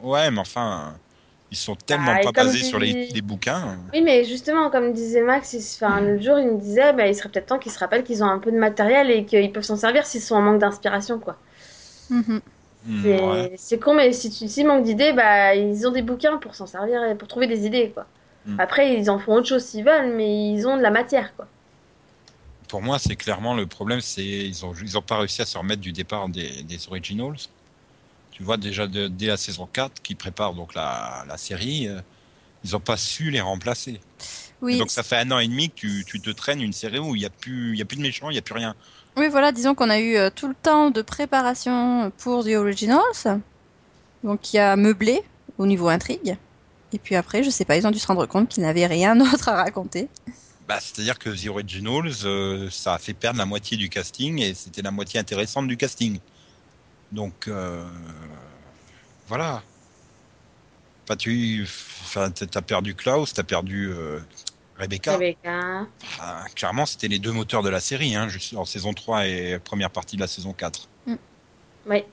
S1: Ouais, mais enfin, ils sont tellement
S3: Bah, et
S1: pas
S3: comme
S1: basés
S3: dit-
S1: sur les, les bouquins.
S3: Oui, mais justement, comme disait Max, il, se- enfin, l'autre jour, il me disait, bah, il serait peut-être temps qu'ils se rappellent qu'ils ont un peu de matériel et qu'ils peuvent s'en servir s'ils sont en manque d'inspiration, quoi.
S2: Mhm.
S1: Hmm,
S3: C'est,
S1: ouais.
S3: c'est con, mais si tu s'ils manquent d'idées, bah, ils ont des bouquins pour s'en servir et pour trouver des idées, quoi.
S1: Mm.
S3: Après, ils en font autre chose s'ils veulent, mais ils ont de la matière, quoi.
S1: Pour moi, c'est clairement le problème, c'est ils ont ils ont pas réussi à se remettre du départ des, des originals. Tu vois déjà de- dès la saison 4 qui prépare donc la, la série, euh, ils ont pas su les remplacer. Et
S2: Oui,
S1: donc ça fait un an et demi que tu, tu te traînes une série où il y a plus il y a plus de méchants, il y a plus rien.
S2: Oui, voilà, disons qu'on a eu euh, tout le temps de préparation pour The Originals, donc qui a meublé au niveau intrigue. Et puis après, je sais pas, ils ont dû se rendre compte qu'ils n'avaient rien d'autre à raconter.
S1: Bah, c'est-à-dire que The Originals, euh, ça a fait perdre la moitié du casting et c'était la moitié intéressante du casting. Donc, euh, voilà. Enfin, tu enfin, t'as perdu Klaus, t'as perdu euh, Rebecca.
S3: Rebecca.
S1: Enfin, clairement, c'était les deux moteurs de la série, hein, juste en saison 3 et première partie de la saison 4.
S3: Oui.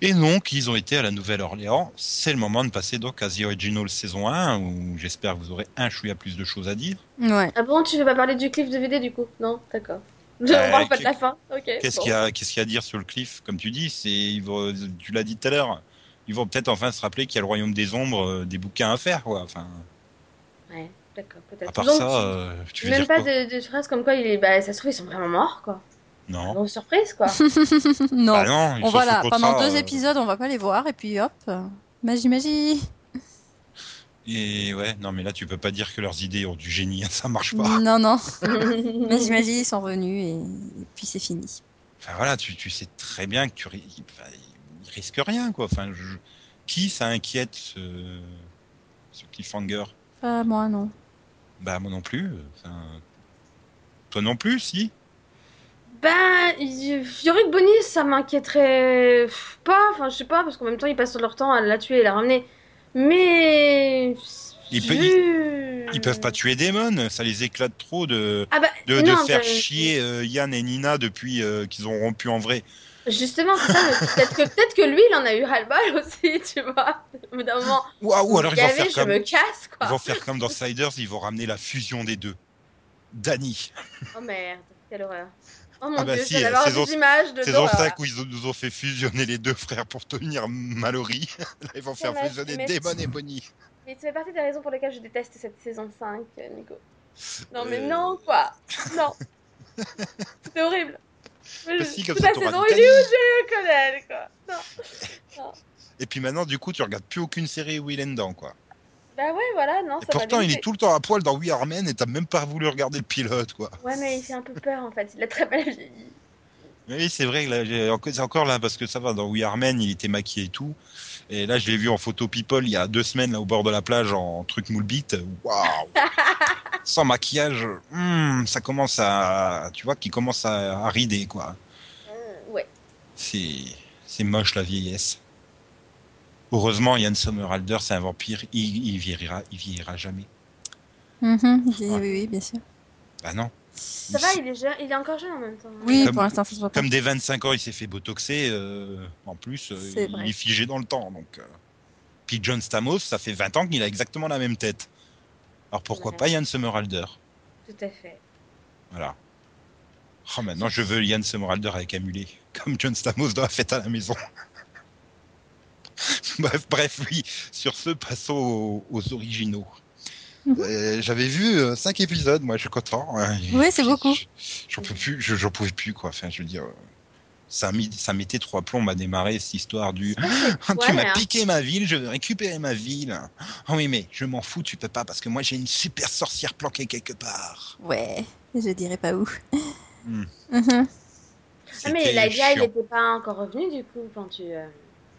S1: Et donc, ils ont été à la Nouvelle-Orléans. C'est le moment de passer donc à The Originals saison 1, où j'espère que vous aurez un chouïa plus de choses à dire.
S2: Ouais.
S3: Ah bon, tu veux pas parler du cliff de VD du coup Non, d'accord. On
S1: Euh,
S3: parle pas
S1: qu'est-
S3: de la fin, ok.
S1: Qu'est-ce
S3: bon.
S1: qu'il y, a- qu'est-ce qu'il y a à dire sur le cliff Comme tu dis, c'est, ils vont- tu l'as dit tout à l'heure, ils vont peut-être enfin se rappeler qu'il y a le royaume des ombres, euh, des bouquins à faire. Quoi. Enfin,
S3: Ouais, d'accord, peut-être.
S1: à part
S3: Donc,
S1: ça, euh, tu veux
S3: même
S1: dire
S3: pas
S1: quoi
S3: de, de phrase comme quoi il est, bah, ça se trouve, ils sont vraiment morts, quoi.
S1: Non.
S3: Grosse surprise, quoi.
S2: non.
S1: Bah non, ils
S2: on
S1: sont
S2: va
S1: sous
S2: là,
S1: contrat,
S2: pendant deux
S1: euh,
S2: épisodes, on va pas les voir, et puis hop, euh, magie, magie.
S1: Et ouais, non, mais là, tu peux pas dire que leurs idées ont du génie, hein, ça marche pas.
S2: Non, non, magie,
S3: J'imagine.
S2: magie, ils sont revenus, et, et puis c'est fini.
S1: Enfin voilà, tu, tu sais très bien que tu ri- enfin, ils risquent rien, quoi. Enfin, je- qui ça inquiète ce, ce cliffhanger
S2: Pas moi, non.
S1: Bah moi non plus. Enfin, toi non plus, si.
S3: Bah, Yorick Bonis, ça m'inquiéterait pff, pas, enfin je sais pas, parce qu'en même temps ils passent leur temps à la tuer et la ramener. Mais.
S1: Il peut-
S3: vu-
S1: Ils peuvent pas tuer Damon, ça les éclate trop de,
S3: Ah bah,
S1: de, de
S3: Euh. non,
S1: faire
S3: bah,
S1: chier euh, Yann et Nina depuis euh, qu'ils ont rompu en vrai.
S3: Justement, c'est ça, mais peut-être que, peut-être que lui il en a eu ras-le-bal aussi, tu vois. Au bout d'un moment,
S1: Waouh, Ah, alors ils vont,
S3: gavé,
S1: faire
S3: je
S1: comme,
S3: me casse
S1: ils
S3: quoi.
S1: vont faire comme dans Siders, ils vont ramener la fusion des deux. Danny,
S3: Oh merde, quelle horreur. Oh mon
S1: Ah bah
S3: dieu,
S1: si,
S3: je viens
S1: euh,
S3: d'avoir
S1: saison-
S3: des images de
S1: saison
S3: d'horreur.
S1: 5 où ils ont- nous ont fait fusionner les deux frères pour tenir Mallory. Là, ils vont faire
S3: mais-
S1: fusionner
S3: mais-
S1: Damon et Bonnie.
S3: Mais tu fais partie des raisons pour lesquelles je déteste cette saison 5, euh, Nico. Non mais
S1: Euh.
S3: non quoi. Non. C'était horrible.
S1: Aussi, Bah comme
S3: toute
S1: ça,
S3: la
S1: t'auras
S3: saison,
S1: du
S3: il est où
S1: timing.
S3: Je le connais, quoi. Non.
S1: Et puis maintenant, du coup, tu regardes plus aucune série où il est dedans, quoi.
S3: Bah ouais, voilà, non,
S1: Et
S3: ça
S1: pourtant,
S3: va
S1: il est tout le temps à poil dans We Are Men et t'as même pas voulu regarder le pilote, quoi.
S3: Ouais, mais il fait un peu peur en fait, il a très mal vieilli.
S1: Mais Oui, c'est vrai, que là, j'ai- encore- c'est encore là, parce que ça va, dans We Are Men, il était maquillé et tout. Et là, je l'ai vu en photo People il y a deux semaines, là, au bord de la plage, en truc moule bite. Waouh Sans maquillage, hmm, ça commence à. Tu vois, qui commence à, à rider, quoi.
S3: Mm, ouais.
S1: C'est c'est moche, la vieillesse. Heureusement, Yann Sommerhalder, c'est un vampire, il, il vieillira, il vieillira jamais.
S2: Mhm, oui,
S1: Ouais.
S2: oui, oui, bien sûr.
S1: Bah non.
S3: Ça va, il est, jeune- il est encore jeune en même temps.
S2: Oui,
S1: Comme-
S2: pour l'instant, ça se voit pas.
S1: Comme dès 25 ans, il s'est fait botoxer, euh, en plus, euh,
S2: C'est
S1: il
S2: vrai.
S1: est figé dans le temps. Donc, euh. Puis John Stamos, ça fait 20 ans qu'il a exactement la même tête. Alors pourquoi
S3: Ouais.
S1: pas Yann Sommerhalder
S3: Tout à fait.
S1: Voilà. Oh, maintenant, je veux Yann Sommerhalder avec un mulet, comme John Stamos dans la fête à la maison. bref, bref, oui. Sur ce, passons aux, aux originaux.
S2: Mhm.
S1: Euh, J'avais vu 5 épisodes, moi, je suis content. Euh,
S2: Oui, c'est beaucoup.
S1: je- J'en peux plus, je- j'en pouvais plus, quoi. Enfin, je veux dire, euh, ça, a mis- ça mettait trois plombs à démarrer cette histoire du Ah, Tu
S3: Ouais,
S1: m'as
S3: hein.
S1: piqué ma ville, je vais récupérer ma ville. Ah oui, mais je m'en fous, tu peux pas, parce que moi j'ai une super sorcière planquée quelque part.
S2: Ouais, je dirais pas où.
S1: Hmm.
S2: Mhm.
S3: Ah, mais
S1: C'était
S3: Elijah, il
S1: chiant.
S3: n'était pas encore revenu du coup quand tu. euh,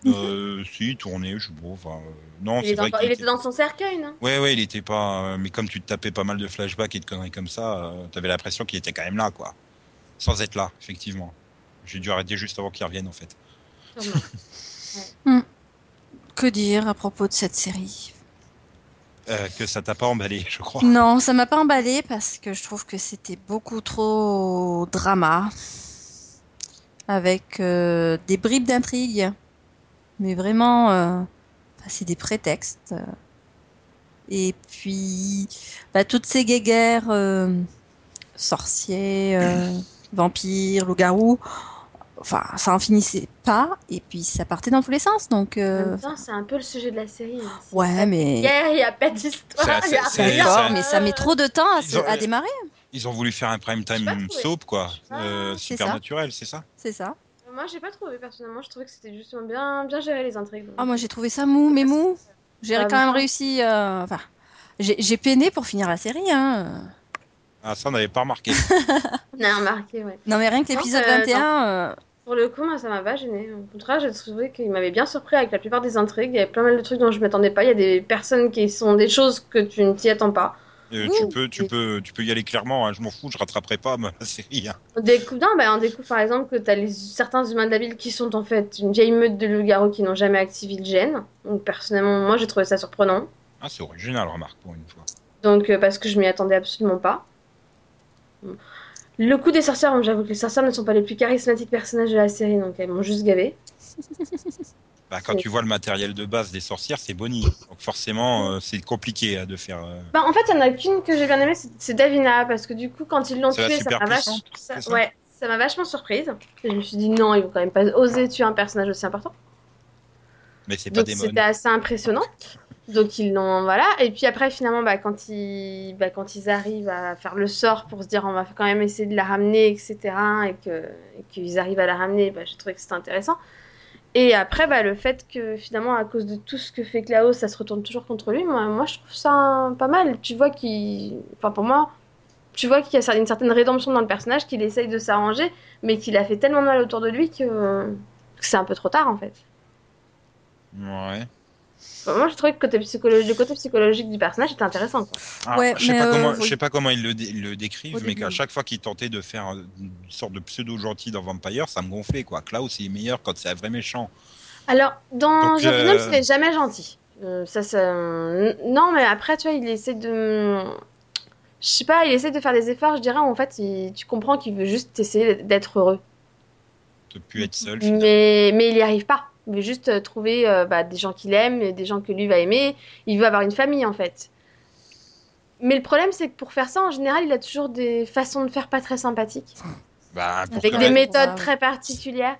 S1: Euh, si, tourné, je bon, enfin, euh, non,
S3: Il,
S1: c'est
S3: est
S1: vrai
S3: encore-
S1: qu'il
S3: il était dans son cercueil, non
S1: Ouais, ouais, il était pas. euh, mais comme tu te tapais pas mal de flashbacks et de conneries comme ça, euh, t'avais l'impression qu'il était quand même là, quoi. Sans être là, effectivement. J'ai dû arrêter juste avant qu'il revienne, en fait.
S3: Sûrement.
S2: Que dire à propos de cette série
S1: Euh, que ça t'a pas emballé, je crois.
S2: Non, ça m'a pas emballée parce que je trouve que c'était beaucoup trop drama. Avec euh, des bribes d'intrigue. Mais vraiment, euh, enfin, c'est des prétextes. Et puis, bah, toutes ces guéguerres euh, sorciers, euh, vampires, loups-garous, enfin, ça en finissait pas. Et puis, ça partait dans tous les sens. Donc,
S3: En
S2: euh,
S3: même temps, c'est un peu le sujet de la série. hein. C'est
S2: ouais,
S3: pas de
S2: mais.
S3: guerre, il n'y a pas d'histoire.
S1: C'est-
S3: il y a
S1: c'est-
S3: rien.
S2: D'accord, mais ça met trop de temps à, se-
S1: Ils ont-
S2: à démarrer,
S1: Ils ont voulu faire un prime
S3: J'ai pas
S1: time
S3: trouvé.
S1: soap, quoi.
S3: Ah,
S1: Euh,
S2: c'est ça.
S1: Supernatural, c'est ça
S2: c'est ça.
S3: Moi, j'ai pas trouvé personnellement. Je trouvais que c'était justement bien, bien géré les intrigues.
S2: Ah, moi j'ai trouvé ça mou, mais mou. J'ai
S3: Ah,
S2: quand même
S3: bon
S2: réussi. euh, Enfin, j'ai j'ai peiné pour finir la série. Hein.
S1: Ah, ça, on n'avait pas remarqué.
S3: On a remarqué, ouais.
S2: Non, mais rien que
S3: Non,
S2: l'épisode
S3: euh,
S2: 21. euh,
S3: Pour le coup, moi, ça m'a pas gêné. Au contraire, j'ai trouvé qu'il m'avait bien surpris avec la plupart des intrigues. Il y avait plein mal de trucs dont je m'attendais pas. Il y a des personnes qui sont des choses que tu ne t'y attends pas.
S1: Euh,
S3: Oui,
S1: tu peux, tu
S3: mais-
S1: peux, tu peux y aller clairement. hein, je m'en fous, je rattraperai pas ma la série. hein.
S3: On découvre, non, bah, on découvre par exemple que t'as les... certains humains de la ville qui sont en fait une vieille meute de loups-garous qui n'ont jamais activé le gène. Donc, personnellement, moi, j'ai trouvé ça surprenant.
S1: Ah, c'est original, remarque pour une fois.
S3: Donc, euh, parce que je m'y attendais absolument pas. Le coup des sorcières, bon, j'avoue que les sorcières ne sont pas les plus charismatiques personnages de la série, donc elles m'ont juste gavé.
S1: Bah, quand
S3: C'est-
S1: tu vois le matériel de base des sorcières, c'est Bonnie. Donc forcément, euh, c'est compliqué hein, de faire. euh,
S3: Bah, en fait, il y en a qu'une que j'ai bien aimée, c'est- c'est Davina, parce que du coup, quand ils l'ont
S1: C'est la
S3: tuée, ça m'a vachement...
S1: superpuissante, c'est ça
S3: ouais, ça m'a vachement surprise. Et je me suis dit, non, ils vont quand même pas oser tuer un personnage aussi important.
S1: Mais c'est pas
S3: Donc,
S1: des bonnes.
S3: c'était assez impressionnant. Donc, ils l'ont... Voilà. Et puis après, finalement, bah, quand, ils... Bah, quand ils arrivent à faire le sort pour se dire, on va quand même essayer de la ramener, etc., et que- et qu'ils arrivent à la ramener, bah, j'ai trouvé que c'était intéressant. Et après, bah, le fait que finalement, à cause de tout ce que fait Klaus, ça se retourne toujours contre lui, moi, moi, je trouve ça hein, pas mal. Tu vois qu'il. Enfin, pour moi, tu vois qu'il y a une certaine rédemption dans le personnage, qu'il essaye de s'arranger, mais qu'il a fait tellement mal autour de lui que, que c'est un peu trop tard en fait.
S1: Ouais.
S3: Enfin, moi, je trouvais que côté psycholo- le côté psychologique du personnage était intéressant. quoi.
S1: Ah,
S2: Ouais,
S1: je sais
S2: mais,
S1: pas
S2: euh,
S1: comment, je
S2: oui.
S1: sais pas comment ils le, dé- ils le décrivent,
S2: Au
S1: mais
S2: début,
S1: qu'à
S2: oui.
S1: chaque fois qu'ils tentaient de faire euh, une sorte de pseudo gentil dans Vampire, ça me gonflait quoi. Klaus il est meilleur quand c'est un vrai méchant.
S3: Alors, dans
S1: Donc,
S3: Jean
S1: euh,
S3: Venom, il est jamais gentil. Euh, ça, ça... n- Non, mais après, tu vois, il essaie de. Je sais pas, il essaie de faire des efforts, je dirais, en fait, il- tu comprends qu'il veut juste essayer d'être heureux.
S1: De plus être seul. finalement.
S3: Mais, mais il n'y arrive pas. Il veut juste euh, trouver euh, bah, des gens qu'il aime, et des gens que lui va aimer. Il veut avoir une famille, en fait. Mais le problème, c'est que pour faire ça, en général, il a toujours des façons de faire pas très sympathiques.
S1: Bah, pour
S3: Avec
S1: que-
S3: des
S2: Ouais.
S3: méthodes
S2: Ouais.
S3: très particulières.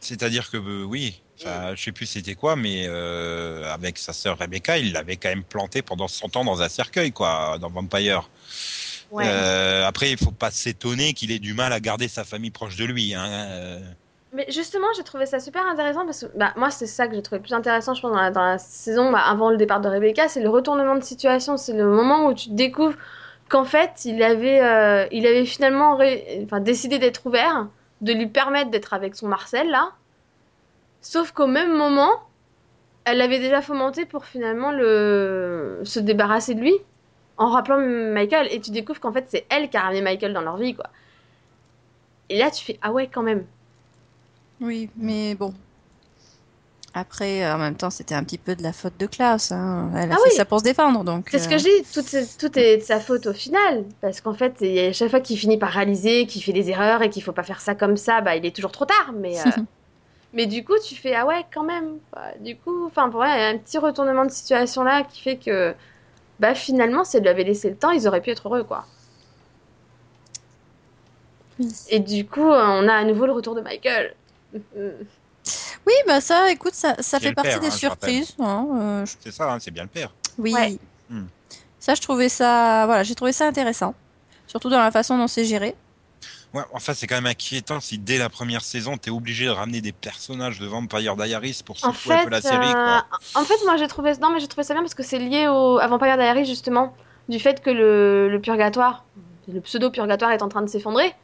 S1: C'est-à-dire que euh, oui, enfin, je sais plus c'était quoi, mais euh, avec sa sœur Rebecca, il l'avait quand même planté pendant 100 ans dans un cercueil, quoi, dans Vampire.
S3: Ouais.
S1: Euh, après, il faut pas s'étonner qu'il ait du mal à garder sa famille proche de lui. Hein. Euh,
S3: Mais justement, j'ai trouvé ça super intéressant parce que bah, moi, c'est ça que j'ai trouvé le plus intéressant, je pense, dans la, dans la saison bah, avant le départ de Rebecca, c'est le retournement de situation, c'est le moment où tu découvres qu'en fait, il avait, euh, il avait finalement ré- enfin, décidé d'être ouvert, de lui permettre d'être avec son Marcel là. Sauf qu'au même moment, elle l'avait déjà fomenté pour finalement le se débarrasser de lui en rappelant Michael et tu découvres qu'en fait c'est elle qui a ramené Michael dans leur vie quoi. Et là tu fais ah ouais quand même.
S2: Oui, mais bon. Après, euh, en même temps, c'était un petit peu de la faute de Klaus. hein. Elle a
S3: Ah
S2: fait
S3: oui.
S2: ça pour se défendre, donc.
S3: C'est ce que
S2: euh,
S3: je dis, tout, c'est- tout est de sa faute au final. Parce qu'en fait, il y a à chaque fois qu'il finit par réaliser qu'il fait des erreurs et qu'il faut pas faire ça comme ça, bah, il est toujours trop tard. Mais, euh, mais du coup, tu fais ah ouais, quand même. quoi. Du coup, enfin, pour moi, il y a un petit retournement de situation là qui fait que bah, finalement, s'il lui avait laissé le temps, ils auraient pu être heureux. quoi.
S2: Oui.
S3: Et du coup, euh, on a à nouveau le retour de Michael. Mm, ouais,
S2: Oui, bah ça, écoute, ça, ça
S1: Qui est
S2: fait
S1: le
S2: partie
S1: père,
S2: des
S1: hein, je rappelle.
S2: surprises. hein, euh, je-
S1: c'est ça, hein, c'est bien le père.
S2: Oui.
S3: Ouais.
S1: Hmm.
S2: Ça, je trouvais ça, voilà, j'ai trouvé ça intéressant, surtout dans la façon dont c'est géré.
S1: Ouais, enfin, c'est quand même inquiétant si dès la première saison, t'es obligé de ramener des personnages de Vampire Diaries pour
S3: En
S1: secouer un
S3: fait,
S1: peu la série.
S3: euh,
S1: Quoi.
S3: en fait, moi j'ai trouvé non mais j'ai trouvé ça bien parce que c'est lié au à Vampire Diaries justement du fait que le, le purgatoire, le pseudo purgatoire est en train de s'effondrer,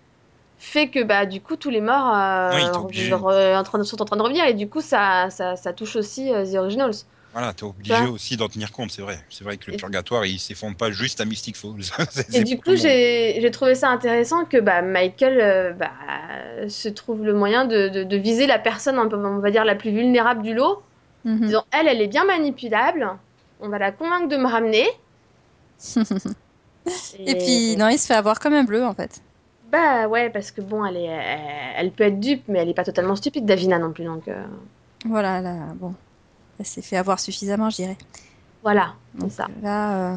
S3: fait que bah du coup tous les morts euh,
S1: Oui, t'es obligé.
S3: genre, euh, en train de- sont en train de revenir et du coup ça ça, ça touche aussi euh, The Originals.
S1: Voilà, t'es obligé
S3: Ouais.
S1: aussi d'en tenir compte, c'est vrai. C'est vrai que le
S3: Et-
S1: purgatoire, il s'effondre pas juste à Mystic Falls. C'est-
S3: Et
S1: c'est
S3: du
S1: pour
S3: coup,
S1: tout le monde.
S3: j'ai j'ai trouvé ça intéressant que bah, Michael euh, bah, se trouve le moyen de, de, de viser la personne, un peu, on va dire, la plus vulnérable du lot.
S2: Hmm.
S3: En disant, elle, elle est bien manipulable, on va la convaincre de me ramener.
S2: Et puis, non, il se fait avoir comme un bleu, en fait.
S3: Bah ouais, parce que bon, elle, est, euh, elle peut être dupe, mais elle n'est pas totalement stupide, Davina non plus. Donc euh,
S2: Voilà, là, bon, elle s'est fait avoir suffisamment, je dirais.
S3: voilà, c'est
S2: Donc
S3: ça.
S2: là, euh,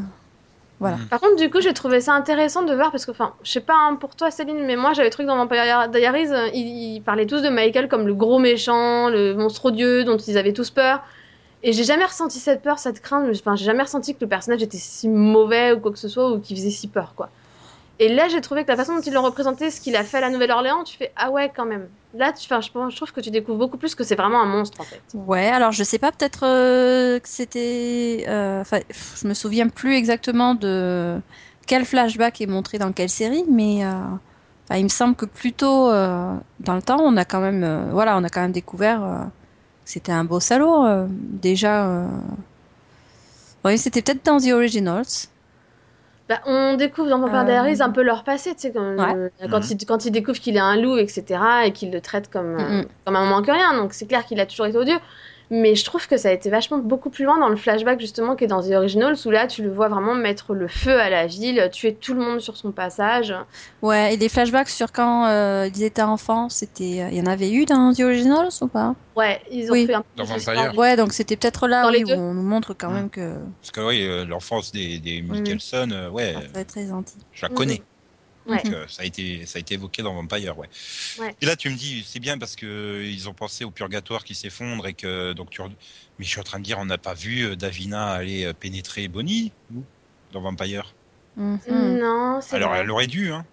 S2: voilà.
S1: Mm.
S3: Par contre, du coup, j'ai trouvé ça intéressant de voir parce que, enfin, je sais pas hein, pour toi, Céline, mais moi, j'avais le truc dans Vampire Diaries, euh, ils, ils parlaient tous de Michael comme le gros méchant, le monstre odieux dont ils avaient tous peur. Et j'ai jamais ressenti cette peur, cette crainte. Enfin, j'ai jamais ressenti que le personnage était si mauvais ou quoi que ce soit ou qu'il faisait si peur, quoi. Et là, j'ai trouvé que la façon dont ils l'ont représenté, ce qu'il a fait à la Nouvelle-Orléans, tu fais ah ouais, quand même. Là, tu, enfin, je, pense- je trouve que tu découvres beaucoup plus que c'est vraiment un monstre en fait.
S2: Ouais, alors je sais pas, peut-être euh, que c'était. euh, Enfin, pff, je me souviens plus exactement de quel flashback est montré dans quelle série, mais euh, enfin, il me semble que plutôt euh, dans le temps, on a quand même, euh, voilà, on a quand même découvert euh, que c'était un beau salaud. euh, déjà, euh... ouais, c'était peut-être dans The Originals.
S3: Bah, on découvre dans Vampire
S2: Euh.
S3: Diaries un peu leur passé, tu sais, quand,
S2: Ouais.
S3: quand,
S1: Mhm.
S3: il, quand il découvre qu'il est un loup, etc., et qu'il le traite comme, euh,
S2: Mhm.
S3: comme un manque rien. Donc c'est clair qu'il a toujours été odieux. Mais je trouve que ça a été vachement beaucoup plus loin dans le flashback, justement, que dans The Originals, où là, tu le vois vraiment mettre le feu à la ville, tuer tout le monde sur son passage.
S2: Ouais, et des flashbacks sur quand euh, ils étaient enfants, c'était, euh, il y en avait eu dans The Originals ou pas
S3: Ouais, ils ont
S2: Oui.
S3: fait un peu
S1: Dans
S3: de
S1: Vampire.
S3: suspense.
S2: Ouais, donc c'était peut-être là
S3: Dans les
S2: oui, où
S3: deux.
S2: on nous montre quand
S1: Mm.
S2: même que
S1: Parce que oui, euh, l'enfance des, des
S3: Mm.
S1: Mickelson, euh, ouais,
S2: ça va être très gentil.
S1: je la connais.
S3: Ouais.
S1: Donc, euh, ça, a été, ça a été évoqué dans Vampire, ouais.
S3: Ouais.
S1: Et là, tu me dis, c'est bien parce que euh, ils ont pensé au purgatoire qui s'effondre et que. Donc, tu... re- Mais je suis en train de dire, on n'a pas vu euh, Davina aller euh, pénétrer Bonnie nous, dans Vampire.
S3: Mm.
S2: Mhm.
S3: Non, c'est
S1: Alors,
S3: vrai.
S1: elle aurait dû, hein.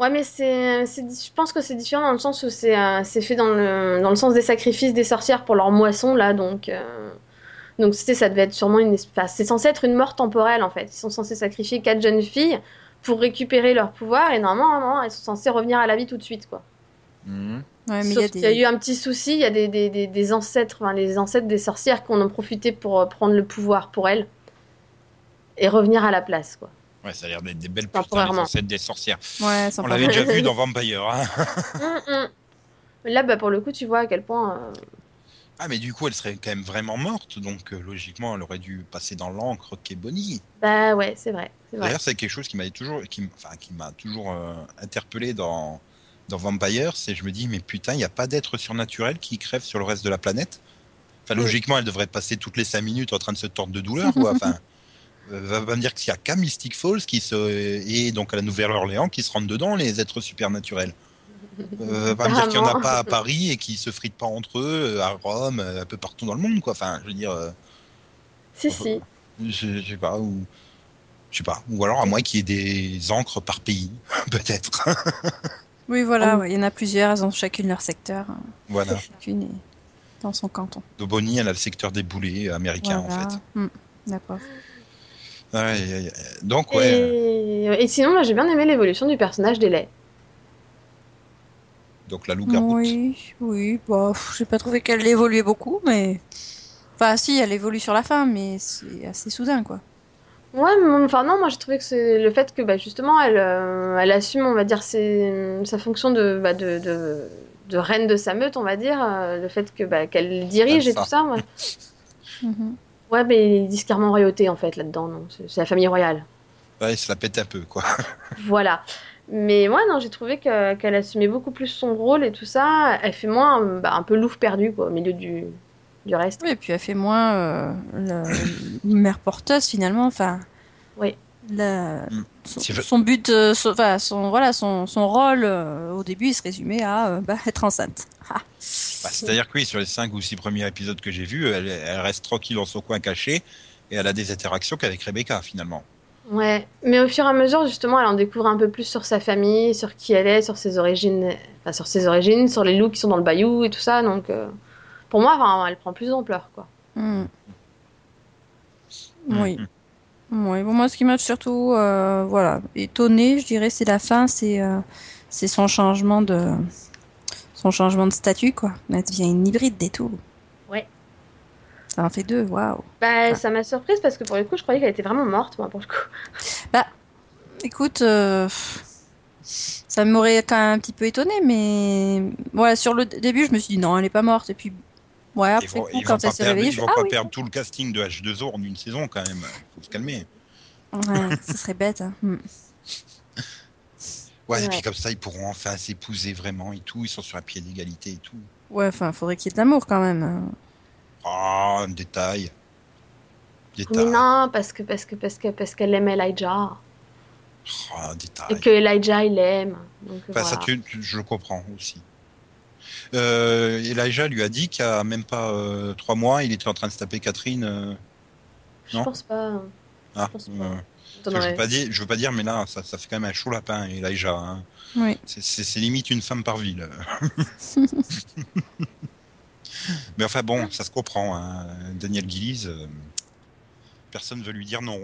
S3: Ouais, mais c'est, c'est, di- je pense que c'est différent dans le sens où c'est, euh, c'est fait dans le, dans le sens des sacrifices des sorcières pour leur moisson, là, donc. euh, donc, c'était, ça devait être sûrement une. esp- enfin, c'est censé être une mort temporelle, en fait. Ils sont censés sacrifier quatre jeunes filles pour récupérer leur pouvoir, et normalement, non, elles sont censées revenir à la vie tout de suite, quoi.
S1: Mhm.
S2: Ouais, mais il y
S3: Sauf
S2: a
S3: qu'il y a
S2: des...
S3: eu un petit souci, il y a des, des, des, des ancêtres, enfin, les ancêtres des sorcières qui en ont profité pour euh, prendre le pouvoir pour elles et revenir à la place, quoi.
S1: Ouais, ça a l'air d'être des belles putains, les
S3: Temporairement.
S1: ancêtres des sorcières.
S2: Ouais, sans
S1: On
S2: parler.
S1: l'avait déjà vu dans Vampire, hein.
S3: Hum, hum. Mais Là, bah, pour le coup, tu vois à quel point. euh,
S1: Ah, mais du coup, elle serait quand même vraiment morte, donc euh, logiquement, elle aurait dû passer dans l'encre qu'est Bonnie.
S3: Bah, ouais, c'est vrai. C'est vrai.
S1: D'ailleurs, c'est quelque chose qui m'a toujours, qui, m- enfin, qui m'a toujours euh, interpellé dans, dans Vampire, c'est je me dis, mais putain, il n'y a pas d'être surnaturel qui crève sur le reste de la planète. Enfin,
S3: Oui.
S1: logiquement, elle devrait passer toutes les cinq minutes en train de se tordre de douleur, quoi. Enfin, euh, va, va me dire qu'il n'y a qu'à Mystic Falls qui se, et donc à la Nouvelle-Orléans qui se rentrent dedans, les êtres supernaturels. Euh, va me dire qu'il n'y en a
S3: Apparemment.
S1: pas à Paris et qui se fritent pas entre eux, euh, à Rome, euh, un peu partout dans le monde, quoi. Enfin, je veux dire. euh,
S3: Si, si.
S1: je, je sais pas, ou Je sais pas. Ou alors à moins qu'il y ait des encres par pays, peut-être.
S2: Oui,
S3: Mm.
S2: voilà, ouais, il y en a plusieurs, elles ont chacune leur secteur. hein.
S1: voilà.
S2: Chacune est dans son canton.
S1: Doboni, elle a le secteur des boulets américains, en
S2: Voilà.
S1: fait.
S2: Mm, la pauvre.
S1: Ouais, ouais, ouais. donc, ouais.
S3: Et... et sinon, moi j'ai bien aimé l'évolution du personnage d'Elay.
S1: Donc, la loup-garou.
S2: Oui, oui, bah, pff, j'ai pas trouvé qu'elle évoluait beaucoup, mais. Enfin, si, elle évolue sur la fin, mais c'est assez soudain, quoi.
S3: Ouais, mais enfin non, moi j'ai trouvé que c'est le fait que bah, justement elle, euh, elle assume, on va dire, ses- sa fonction de, bah, de, de, de reine de sa meute, on va dire, euh, le fait que bah, qu'elle dirige et
S1: Alpha.
S3: tout ça. Ouais,
S2: Mhm.
S3: ouais mais ils disent carrément royauté en fait là-dedans, non, c'est c'est la famille royale.
S1: Ouais, il se la pète un peu, quoi.
S3: Voilà. Mais ouais, non, j'ai trouvé que- qu'elle assumait beaucoup plus son rôle et tout ça. Elle fait moins euh, bah, un peu louve perdu quoi, au milieu du, du reste.
S2: Oui, et puis elle fait moins euh, la mère porteuse, finalement, enfin.
S3: Oui.
S2: la-
S1: Mm.
S2: Son,
S1: C'est vrai.
S2: son but, euh, son, enfin, son, voilà, son, son rôle euh, au début, il se résumait à euh, bah, être enceinte. Ah.
S1: Bah, C'est-à-dire que oui, sur les 5 ou 6 premiers épisodes que j'ai vus, elle, elle reste tranquille dans son coin caché et elle a des interactions qu'avec Rebecca finalement.
S3: Ouais, mais au fur et à mesure, justement, elle en découvre un peu plus sur sa famille, sur qui elle est, sur ses origines, enfin, sur ses origines, sur les loups qui sont dans le bayou et tout ça. Donc, euh, pour moi, enfin, elle prend plus d'ampleur, quoi.
S2: Mm. Oui.
S1: Mhm.
S2: Oui, bon, moi, ce qui m'a surtout euh, voilà, étonné, je dirais, c'est la fin, c'est euh, c'est son changement de son changement de statut, quoi. Elle devient une hybride des tout.
S3: Ouais.
S2: Ça en fait deux, waouh.
S3: Bah,
S2: Ouais.
S3: ça m'a surprise parce que pour le coup, je croyais qu'elle était vraiment morte, moi, pour le coup.
S2: Écoute, euh, ça m'aurait quand même un petit peu étonné, mais voilà, sur le d- début, je me suis dit non, elle est pas morte. Et puis, ouais,
S1: Ils
S2: après
S1: vont,
S2: coup,
S1: ils vont
S2: quand
S1: pas,
S2: elle s'est
S1: perdre,
S2: réveillée,
S1: ils
S2: je
S1: vont
S2: fais, ah
S1: pas
S2: oui,
S1: perdre tout le casting de H2O en une saison quand même. Faut se calmer.
S2: ouais, ce serait bête. hein. Mm.
S1: Ouais, et
S3: Ouais.
S1: puis comme ça, ils pourront enfin s'épouser vraiment et tout. Ils sont sur un pied d'égalité et tout.
S2: Ouais, enfin, faudrait qu'il y ait de l'amour quand même. hein.
S1: Ah, un détail.
S3: Mais
S1: Détail.
S3: non, parce que, parce que, parce que, parce qu'elle aime Elijah.
S1: Ah, un détail.
S3: Et que Elijah, il l'aime. Donc,
S1: Enfin,
S3: voilà.
S1: ça, tu- tu- je le comprends aussi. Euh, Elijah lui a dit qu'il y a même pas euh, trois mois, il était en train de se taper Catherine. euh,
S3: Je
S1: non.
S3: pense pas.
S1: ah,
S3: pense pas.
S1: euh,
S3: T'en
S1: je
S3: aurais-
S1: veux pas dire, je veux pas dire, mais là, ça, ça fait quand même un chaud lapin, Elijah. hein.
S2: Oui.
S1: C'est- C'est c'est limite une femme par ville. mais enfin bon, ça se comprend. hein. Daniel Gillies, euh, personne veut lui dire non.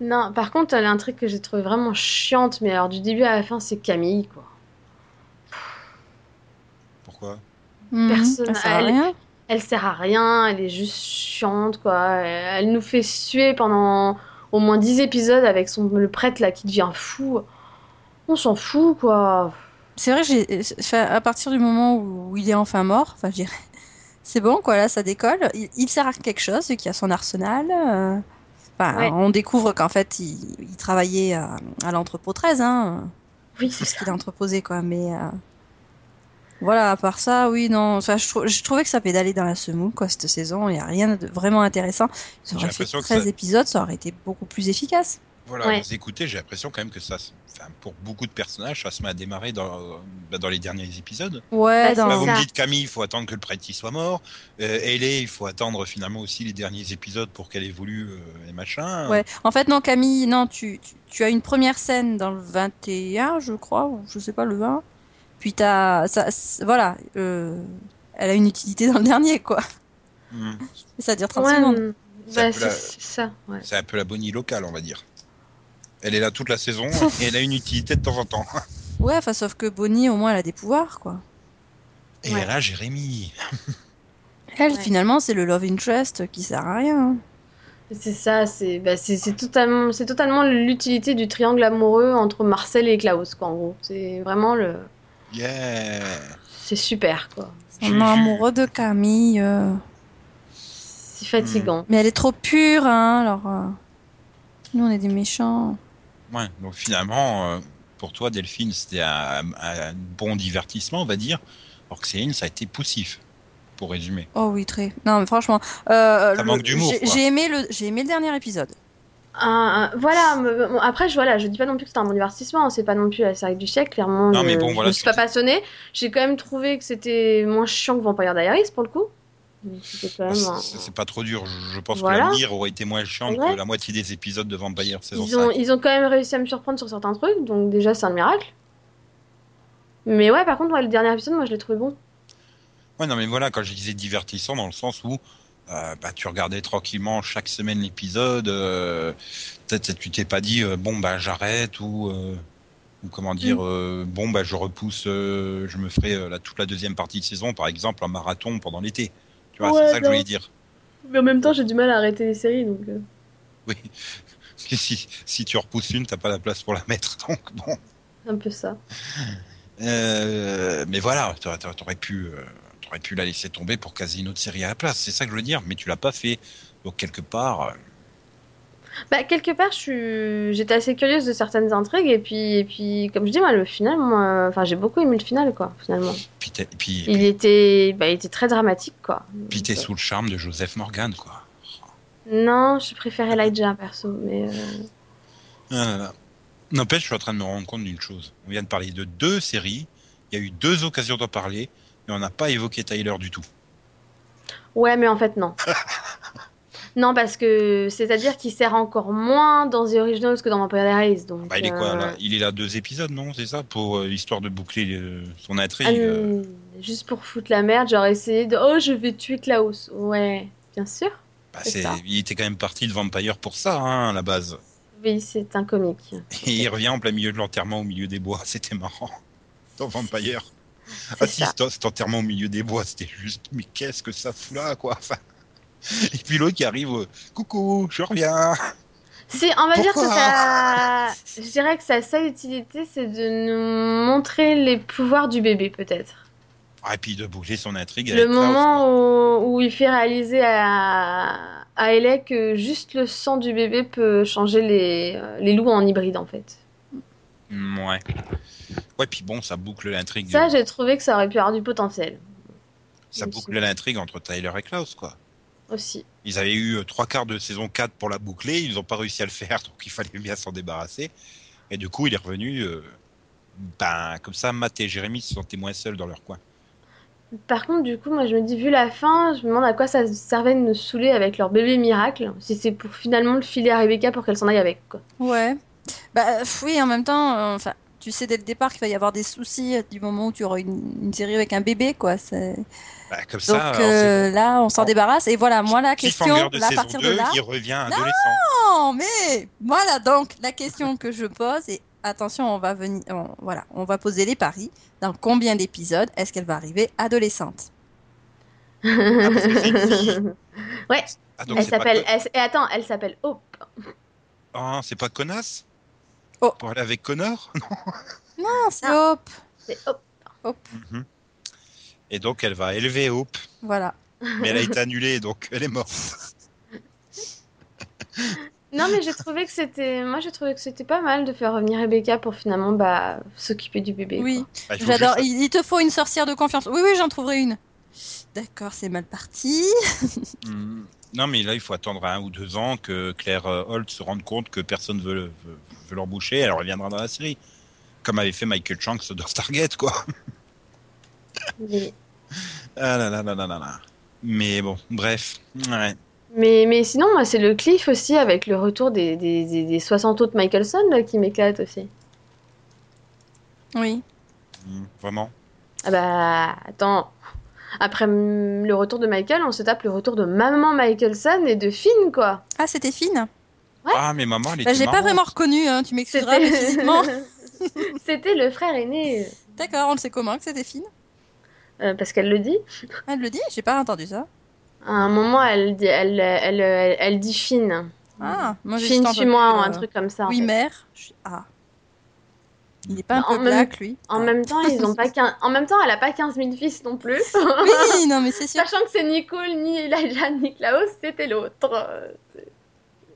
S3: Non, par contre, elle a un truc que j'ai trouvé vraiment chiante, mais alors du début à la fin, c'est Camille, quoi.
S1: Pourquoi
S2: Mhm.
S3: Personne-
S2: Ça sert à
S3: elle-
S2: rien.
S3: elle sert à rien, elle est juste chiante, quoi. Elle elle nous fait suer pendant au moins 10 épisodes avec son, le prêtre là qui devient fou. On s'en fout, quoi.
S2: C'est vrai, que j'ai... enfin, à partir du moment où il est enfin mort, enfin, je dirais, c'est bon, quoi, là, ça décolle. Il, il sert à quelque chose, vu qu'il a son arsenal. euh, Enfin,
S3: Ouais.
S2: on découvre qu'en fait, il, il travaillait à, à l'entrepôt 13, hein,
S3: Oui,
S2: tout
S3: c'est
S2: ce
S3: ça.
S2: qu'il entreposait, quoi, mais... euh, Voilà, à part ça, oui, non, enfin, je, trou- je trouvais que ça pédalait dans la semoule, quoi, cette saison, il n'y a rien de vraiment intéressant.
S1: J'ai
S2: Ça aurait fait
S1: l'impression que
S2: 13
S1: ça-
S2: épisodes, ça aurait été beaucoup plus efficace.
S1: Voilà,
S3: Ouais.
S1: vous écoutez, j'ai l'impression quand même que ça, se- enfin, pour beaucoup de personnages, ça se met à démarrer dans, bah, dans les derniers épisodes.
S2: Ouais,
S3: Ouais, c'est
S1: Bah,
S2: dans...
S1: vous
S3: ça.
S1: me dites Camille, il faut attendre que le prêtre y soit mort. Euh, Ellie, il faut attendre finalement aussi les derniers épisodes pour qu'elle évolue euh, et machin.
S2: Ouais. En fait, non, Camille, non, tu, tu, tu as une première scène dans le 21, je crois, ou je sais pas, le 20. Puis t'as. Ça, c'est- voilà. euh, elle a une utilité dans le dernier, quoi.
S1: Hmm.
S2: Et ça dure 30
S3: Ouais,
S2: secondes.
S3: mm,
S1: Ça
S3: bah,
S1: peut la-
S3: c'est c'est ça. ouais.
S1: C'est un peu la bonnie locale, on va dire. Elle est là toute la saison et elle a une utilité de temps en temps.
S2: Ouais, enfin, sauf que Bonnie, au moins, elle a des pouvoirs, quoi.
S1: Et
S3: Ouais.
S1: là, Jérémy.
S2: Elle,
S3: Ouais.
S2: finalement, c'est le love interest qui sert à rien. hein.
S3: C'est ça, c'est bah, c'est- c'est totalement, c'est totalement l'utilité du triangle amoureux entre Marcel et Klaus, quoi, en gros. C'est vraiment le.
S1: Yeah.
S3: C'est super, quoi.
S1: Juju.
S2: On est amoureux de Camille. euh,
S3: C'est fatigant.
S2: Mais elle est trop pure, hein, alors. euh, Nous, on est des méchants.
S1: Ouais, donc finalement, euh, pour toi, Delphine, c'était un, un bon divertissement, on va dire. Alors que Céline, ça a été poussif, pour résumer.
S2: Oh oui, très. Non, mais franchement. euh,
S1: Ça
S2: le-
S1: manque d'humour,
S2: j'ai-
S1: quoi.
S2: J'ai aimé, le... j'ai aimé le dernier épisode.
S3: Un- un- voilà, me- bon, après, je, voilà, je dis pas non plus que c'était un bon divertissement, c'est pas non plus la série du siècle, clairement.
S1: Non,
S3: je,
S1: mais bon,
S3: je
S1: voilà,
S3: me suis pas
S1: surtout-
S3: passionnée. J'ai quand même trouvé que c'était moins chiant que Vampire Diaries pour le coup. Donc, C'était quand
S1: Bon,
S3: même. un-
S1: Bah, c'est c'est pas trop dur. Je, je pense
S3: Voilà.
S1: que l'avenir aurait été moins chiant
S3: Ouais.
S1: que la moitié des épisodes de Vampire saison
S3: Ils ont,
S1: 5.
S3: ils ont quand même réussi à me surprendre sur certains trucs, donc déjà c'est un miracle. Mais ouais, par contre, ouais, le dernier épisode, moi je l'ai trouvé bon.
S1: Ouais, non, mais voilà, quand je disais divertissant, dans le sens où euh, bah, tu regardais tranquillement chaque semaine l'épisode, euh, peut-être tu t'es pas dit euh, bon bah j'arrête ou, euh, ou comment dire
S3: Mm.
S1: euh, bon bah je repousse, euh, je me ferai euh, la, toute la deuxième partie de saison par exemple un marathon pendant l'été. Tu vois,
S3: Ouais,
S1: c'est ça que je
S3: non.
S1: voulais dire.
S3: Mais en même temps, j'ai du mal à arrêter les séries, donc. euh,
S1: Oui. si, si tu repousses une, t'as pas la place pour la mettre. Donc bon.
S3: un peu ça.
S1: Euh, mais voilà, t'aurais- t'aurais t'aurais pu, euh, t'aurais pu la laisser tomber pour caser une autre série à la place. C'est ça que je veux dire, mais tu l'as pas fait. Donc quelque part, euh,
S3: Bah, quelque part, je suis- j'étais assez curieuse de certaines intrigues, et puis, et puis comme je dis, moi, le final, moi, enfin, j'ai beaucoup aimé le final, quoi, finalement.
S1: puis t'es puis-
S3: Il était, bah, il était très dramatique, quoi.
S1: puis t'es sous le charme de Joseph Morgan, quoi.
S3: Non, je préférais Elijah, perso, mais. euh,
S1: Ah là là. N'empêche, je suis en train de me rendre compte d'une chose. On vient de parler de deux séries, il y a eu deux occasions d'en parler, mais on n'a pas évoqué Tyler du tout.
S3: Ouais, mais en fait, non. non, parce que c'est-à-dire qu'il sert encore moins dans The Originals que dans Vampire Diaries. Donc,
S1: Bah, il est
S3: euh,
S1: quoi là Il est là deux épisodes, non C'est ça Pour euh, histoire de boucler euh, son intrigue.
S3: ah,
S1: euh.
S3: Juste pour foutre la merde, genre essayer de. Oh, je vais tuer Klaus. Ouais, bien sûr.
S1: Bah,
S3: c'est
S1: c'est-
S3: ça.
S1: il était quand même parti de Vampire pour ça, hein, à la base.
S3: Oui, c'est un comique.
S1: Et il revient en plein milieu de l'enterrement au milieu des bois. C'était marrant. Dans Vampire.
S3: C'est
S1: Ah si,
S3: ça.
S1: cet cet enterrement au milieu des bois, c'était juste, mais qu'est-ce que ça fout là, quoi. Enfin, Et puis l'autre qui arrive, euh, coucou, je reviens.
S3: C'est, on va dire que
S1: Pourquoi
S3: ça. Je dirais que sa seule utilité, c'est de nous montrer les pouvoirs du bébé, peut-être.
S1: Ah, et puis de boucler son intrigue.
S3: Le
S1: avec Klaus, quoi.
S3: moment où, où il fait réaliser à, à Elec que juste le sang du bébé peut changer les, euh, les loups en hybride en fait.
S1: Mm, Ouais. Ouais, puis bon, ça boucle l'intrigue.
S3: Ça,
S1: de-
S3: j'ai trouvé que ça aurait pu avoir du potentiel
S1: Ça boucle l'intrigue entre Tyler et Klaus, quoi.
S3: aussi.
S1: Ils avaient eu euh, trois quarts de saison 4 pour la boucler, ils n'ont pas réussi à le faire, donc il fallait bien s'en débarrasser. Et du coup, il est revenu, euh, ben, comme ça, Matt et Jérémy se sentaient moins seuls dans leur coin.
S3: Par contre, du coup, moi je me dis, vu la fin, je me demande à quoi ça servait de nous saouler avec leur bébé miracle, si c'est pour finalement le filer à Rebecca pour qu'elle s'en aille avec. Quoi.
S2: Ouais. Bah pff, oui, en même temps, euh, enfin, tu sais dès le départ qu'il va y avoir des soucis euh, du moment où tu auras une, une série avec un bébé, quoi. c'est-
S1: Ben, comme
S2: Donc
S1: ça,
S2: euh, là, on s'en
S1: on-
S2: débarrasse. Et voilà, moi la
S1: on sait-
S2: question,
S1: cliffhanger de
S2: là, à
S1: saison
S2: partir
S1: 2,
S2: de là,
S1: il revient
S2: Non
S1: adolescent.
S2: non, mais voilà donc la question que je pose et attention, on va venir, on- voilà, on va poser les paris. Dans combien d'épisodes est-ce qu'elle va arriver adolescente
S1: parce que Ah, c'est une fille. Ah, donc
S3: elle
S1: c'est pas
S3: s'appelle.
S1: con-
S3: elle s- Et attends, elle s'appelle Hope.
S1: Ah, c'est pas connasse
S2: Oh.
S1: Pour aller avec Connor
S2: Non, c'est hop,
S3: C'est Hope.
S1: Mhm. Et donc, elle va élever Hope,
S2: voilà.
S1: mais elle a été annulée, donc elle est morte.
S3: Non, mais j'ai trouvé que c'était. Moi j'ai trouvé que c'était pas mal de faire revenir Rebecca pour finalement bah, s'occuper du bébé.
S2: Oui,
S3: quoi.
S1: Bah, il faut
S2: j'adore.
S1: juste-
S2: Il, il te faut une sorcière de confiance. Oui, oui, j'en trouverai une. D'accord, c'est mal parti.
S1: Mm. Non, mais là, il faut attendre un ou deux ans que Claire euh, Holt se rende compte que personne veut, le- veut, veut l'emboucher. Elle reviendra dans la série. Comme avait fait Michael Shanks dans Stargate, quoi.
S3: Mais-
S1: Ah là là là là là là. Mais bon, bref. Ouais.
S3: Mais, mais sinon, moi, c'est le cliff aussi avec le retour des, des, des, des 60 autres Michelson là, qui m'éclate aussi.
S2: Oui.
S1: Mm, Vraiment.
S3: Ah bah, attends. Après mm, le retour de Michael, on se tape le retour de maman Michelson et de Finn, quoi.
S2: Ah, c'était fine.
S3: Ouais.
S1: Ah, mais maman, elle était
S2: Bah, j'ai pas
S1: marrante.
S2: vraiment reconnu. Hein, tu m'excuseras mais physiquement.
S3: C'était le frère aîné,
S2: D'accord, on le sait comment que c'était fine. Ah,
S3: euh, parce qu'elle le dit.
S2: Elle le dit. J'ai pas entendu ça.
S3: À un moment, elle dit, elle, elle, elle, elle dit Finn.
S2: Ah, moi j'ai
S3: Finn,
S2: juste entendu,
S3: suis-moi,
S2: euh,
S3: un truc comme ça. en
S2: Oui,
S3: fait.
S2: mère. Je suis- Ah. Il est pas un
S3: Bah, en
S2: peu
S3: même-
S2: black, lui.
S3: En
S2: Ah.
S3: même temps, ils ont pas quin- en même temps, elle a pas 15 000 fils non plus.
S2: Oui, non, mais c'est sûr.
S3: Sachant que c'est ni Cole, ni Elijah, ni Klaus, c'était l'autre. Euh,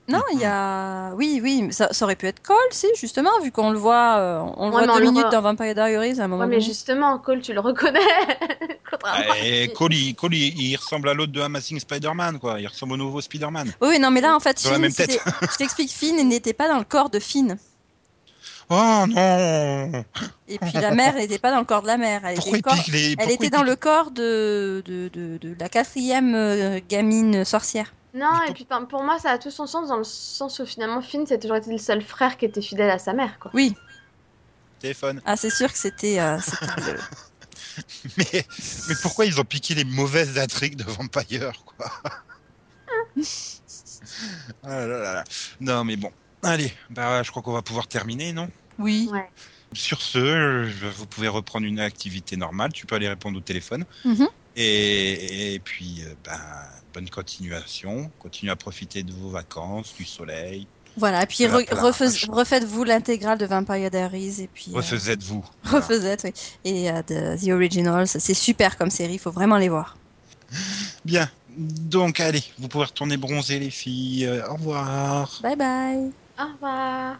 S2: Non, il y a. Oui, oui, mais ça, ça aurait pu être Cole, si, justement, vu qu'on le voit, euh, on le
S3: Ouais, mais
S2: voit
S3: on
S2: deux
S3: le
S2: minutes
S3: voit-
S2: dans Vampire Diaries à un moment.
S3: Ouais, mais
S2: donné.
S3: justement, Cole, tu le reconnais. Contrairement à
S1: Et
S3: lui.
S1: Eh, Collie, Collie, il ressemble à l'autre de Amazing Spider-Man, quoi. Il ressemble au nouveau Spider-Man.
S2: Oui, oui, non, mais là, en fait,
S1: Dans la
S2: Finn,
S1: même tête.
S2: c'était- je t'explique, Finn n'était pas dans le corps de Finn.
S1: Oh non
S2: Et puis la mère, elle n'était pas dans le corps de la mère. Elle
S1: Pourquoi
S2: était,
S1: il
S2: corps-
S1: pique les.
S2: elle
S1: pourquoi
S2: était
S1: il
S2: dans
S1: pique-
S2: le corps de, de, de- de la quatrième euh, gamine sorcière.
S3: Non, et puis enfin, pour moi, ça a tout son sens dans le sens où finalement Finn, c'est toujours été le seul frère qui était fidèle à sa mère, quoi.
S2: Oui,
S1: téléphone
S2: ah, c'est sûr que c'était. euh, c'était le-
S1: mais, mais pourquoi ils ont piqué les mauvaises intrigues de Vampire, quoi Ah là là là là. Non, mais bon. Allez, bah, je crois qu'on va pouvoir terminer, non
S2: Oui.
S3: Ouais.
S1: Sur ce, euh, vous pouvez reprendre une activité normale. Tu peux aller répondre au téléphone.
S2: Mhm.
S1: Et, et puis, euh, ben, bonne continuation. Continuez à profiter de vos vacances, du soleil.
S2: Voilà, et puis
S1: De la
S2: re-
S1: plage.
S2: refais- refaites-vous l'intégrale de Vampire Diaries et puis. euh,
S1: Refaisez-vous. Voilà.
S2: refaites, oui. Et euh, de The Originals, c'est super comme série, faut vraiment les voir.
S1: Bien. Donc, allez, vous pouvez retourner bronzer, les filles. Euh, au revoir.
S3: Ah,
S2: Bye bye.
S3: Au revoir.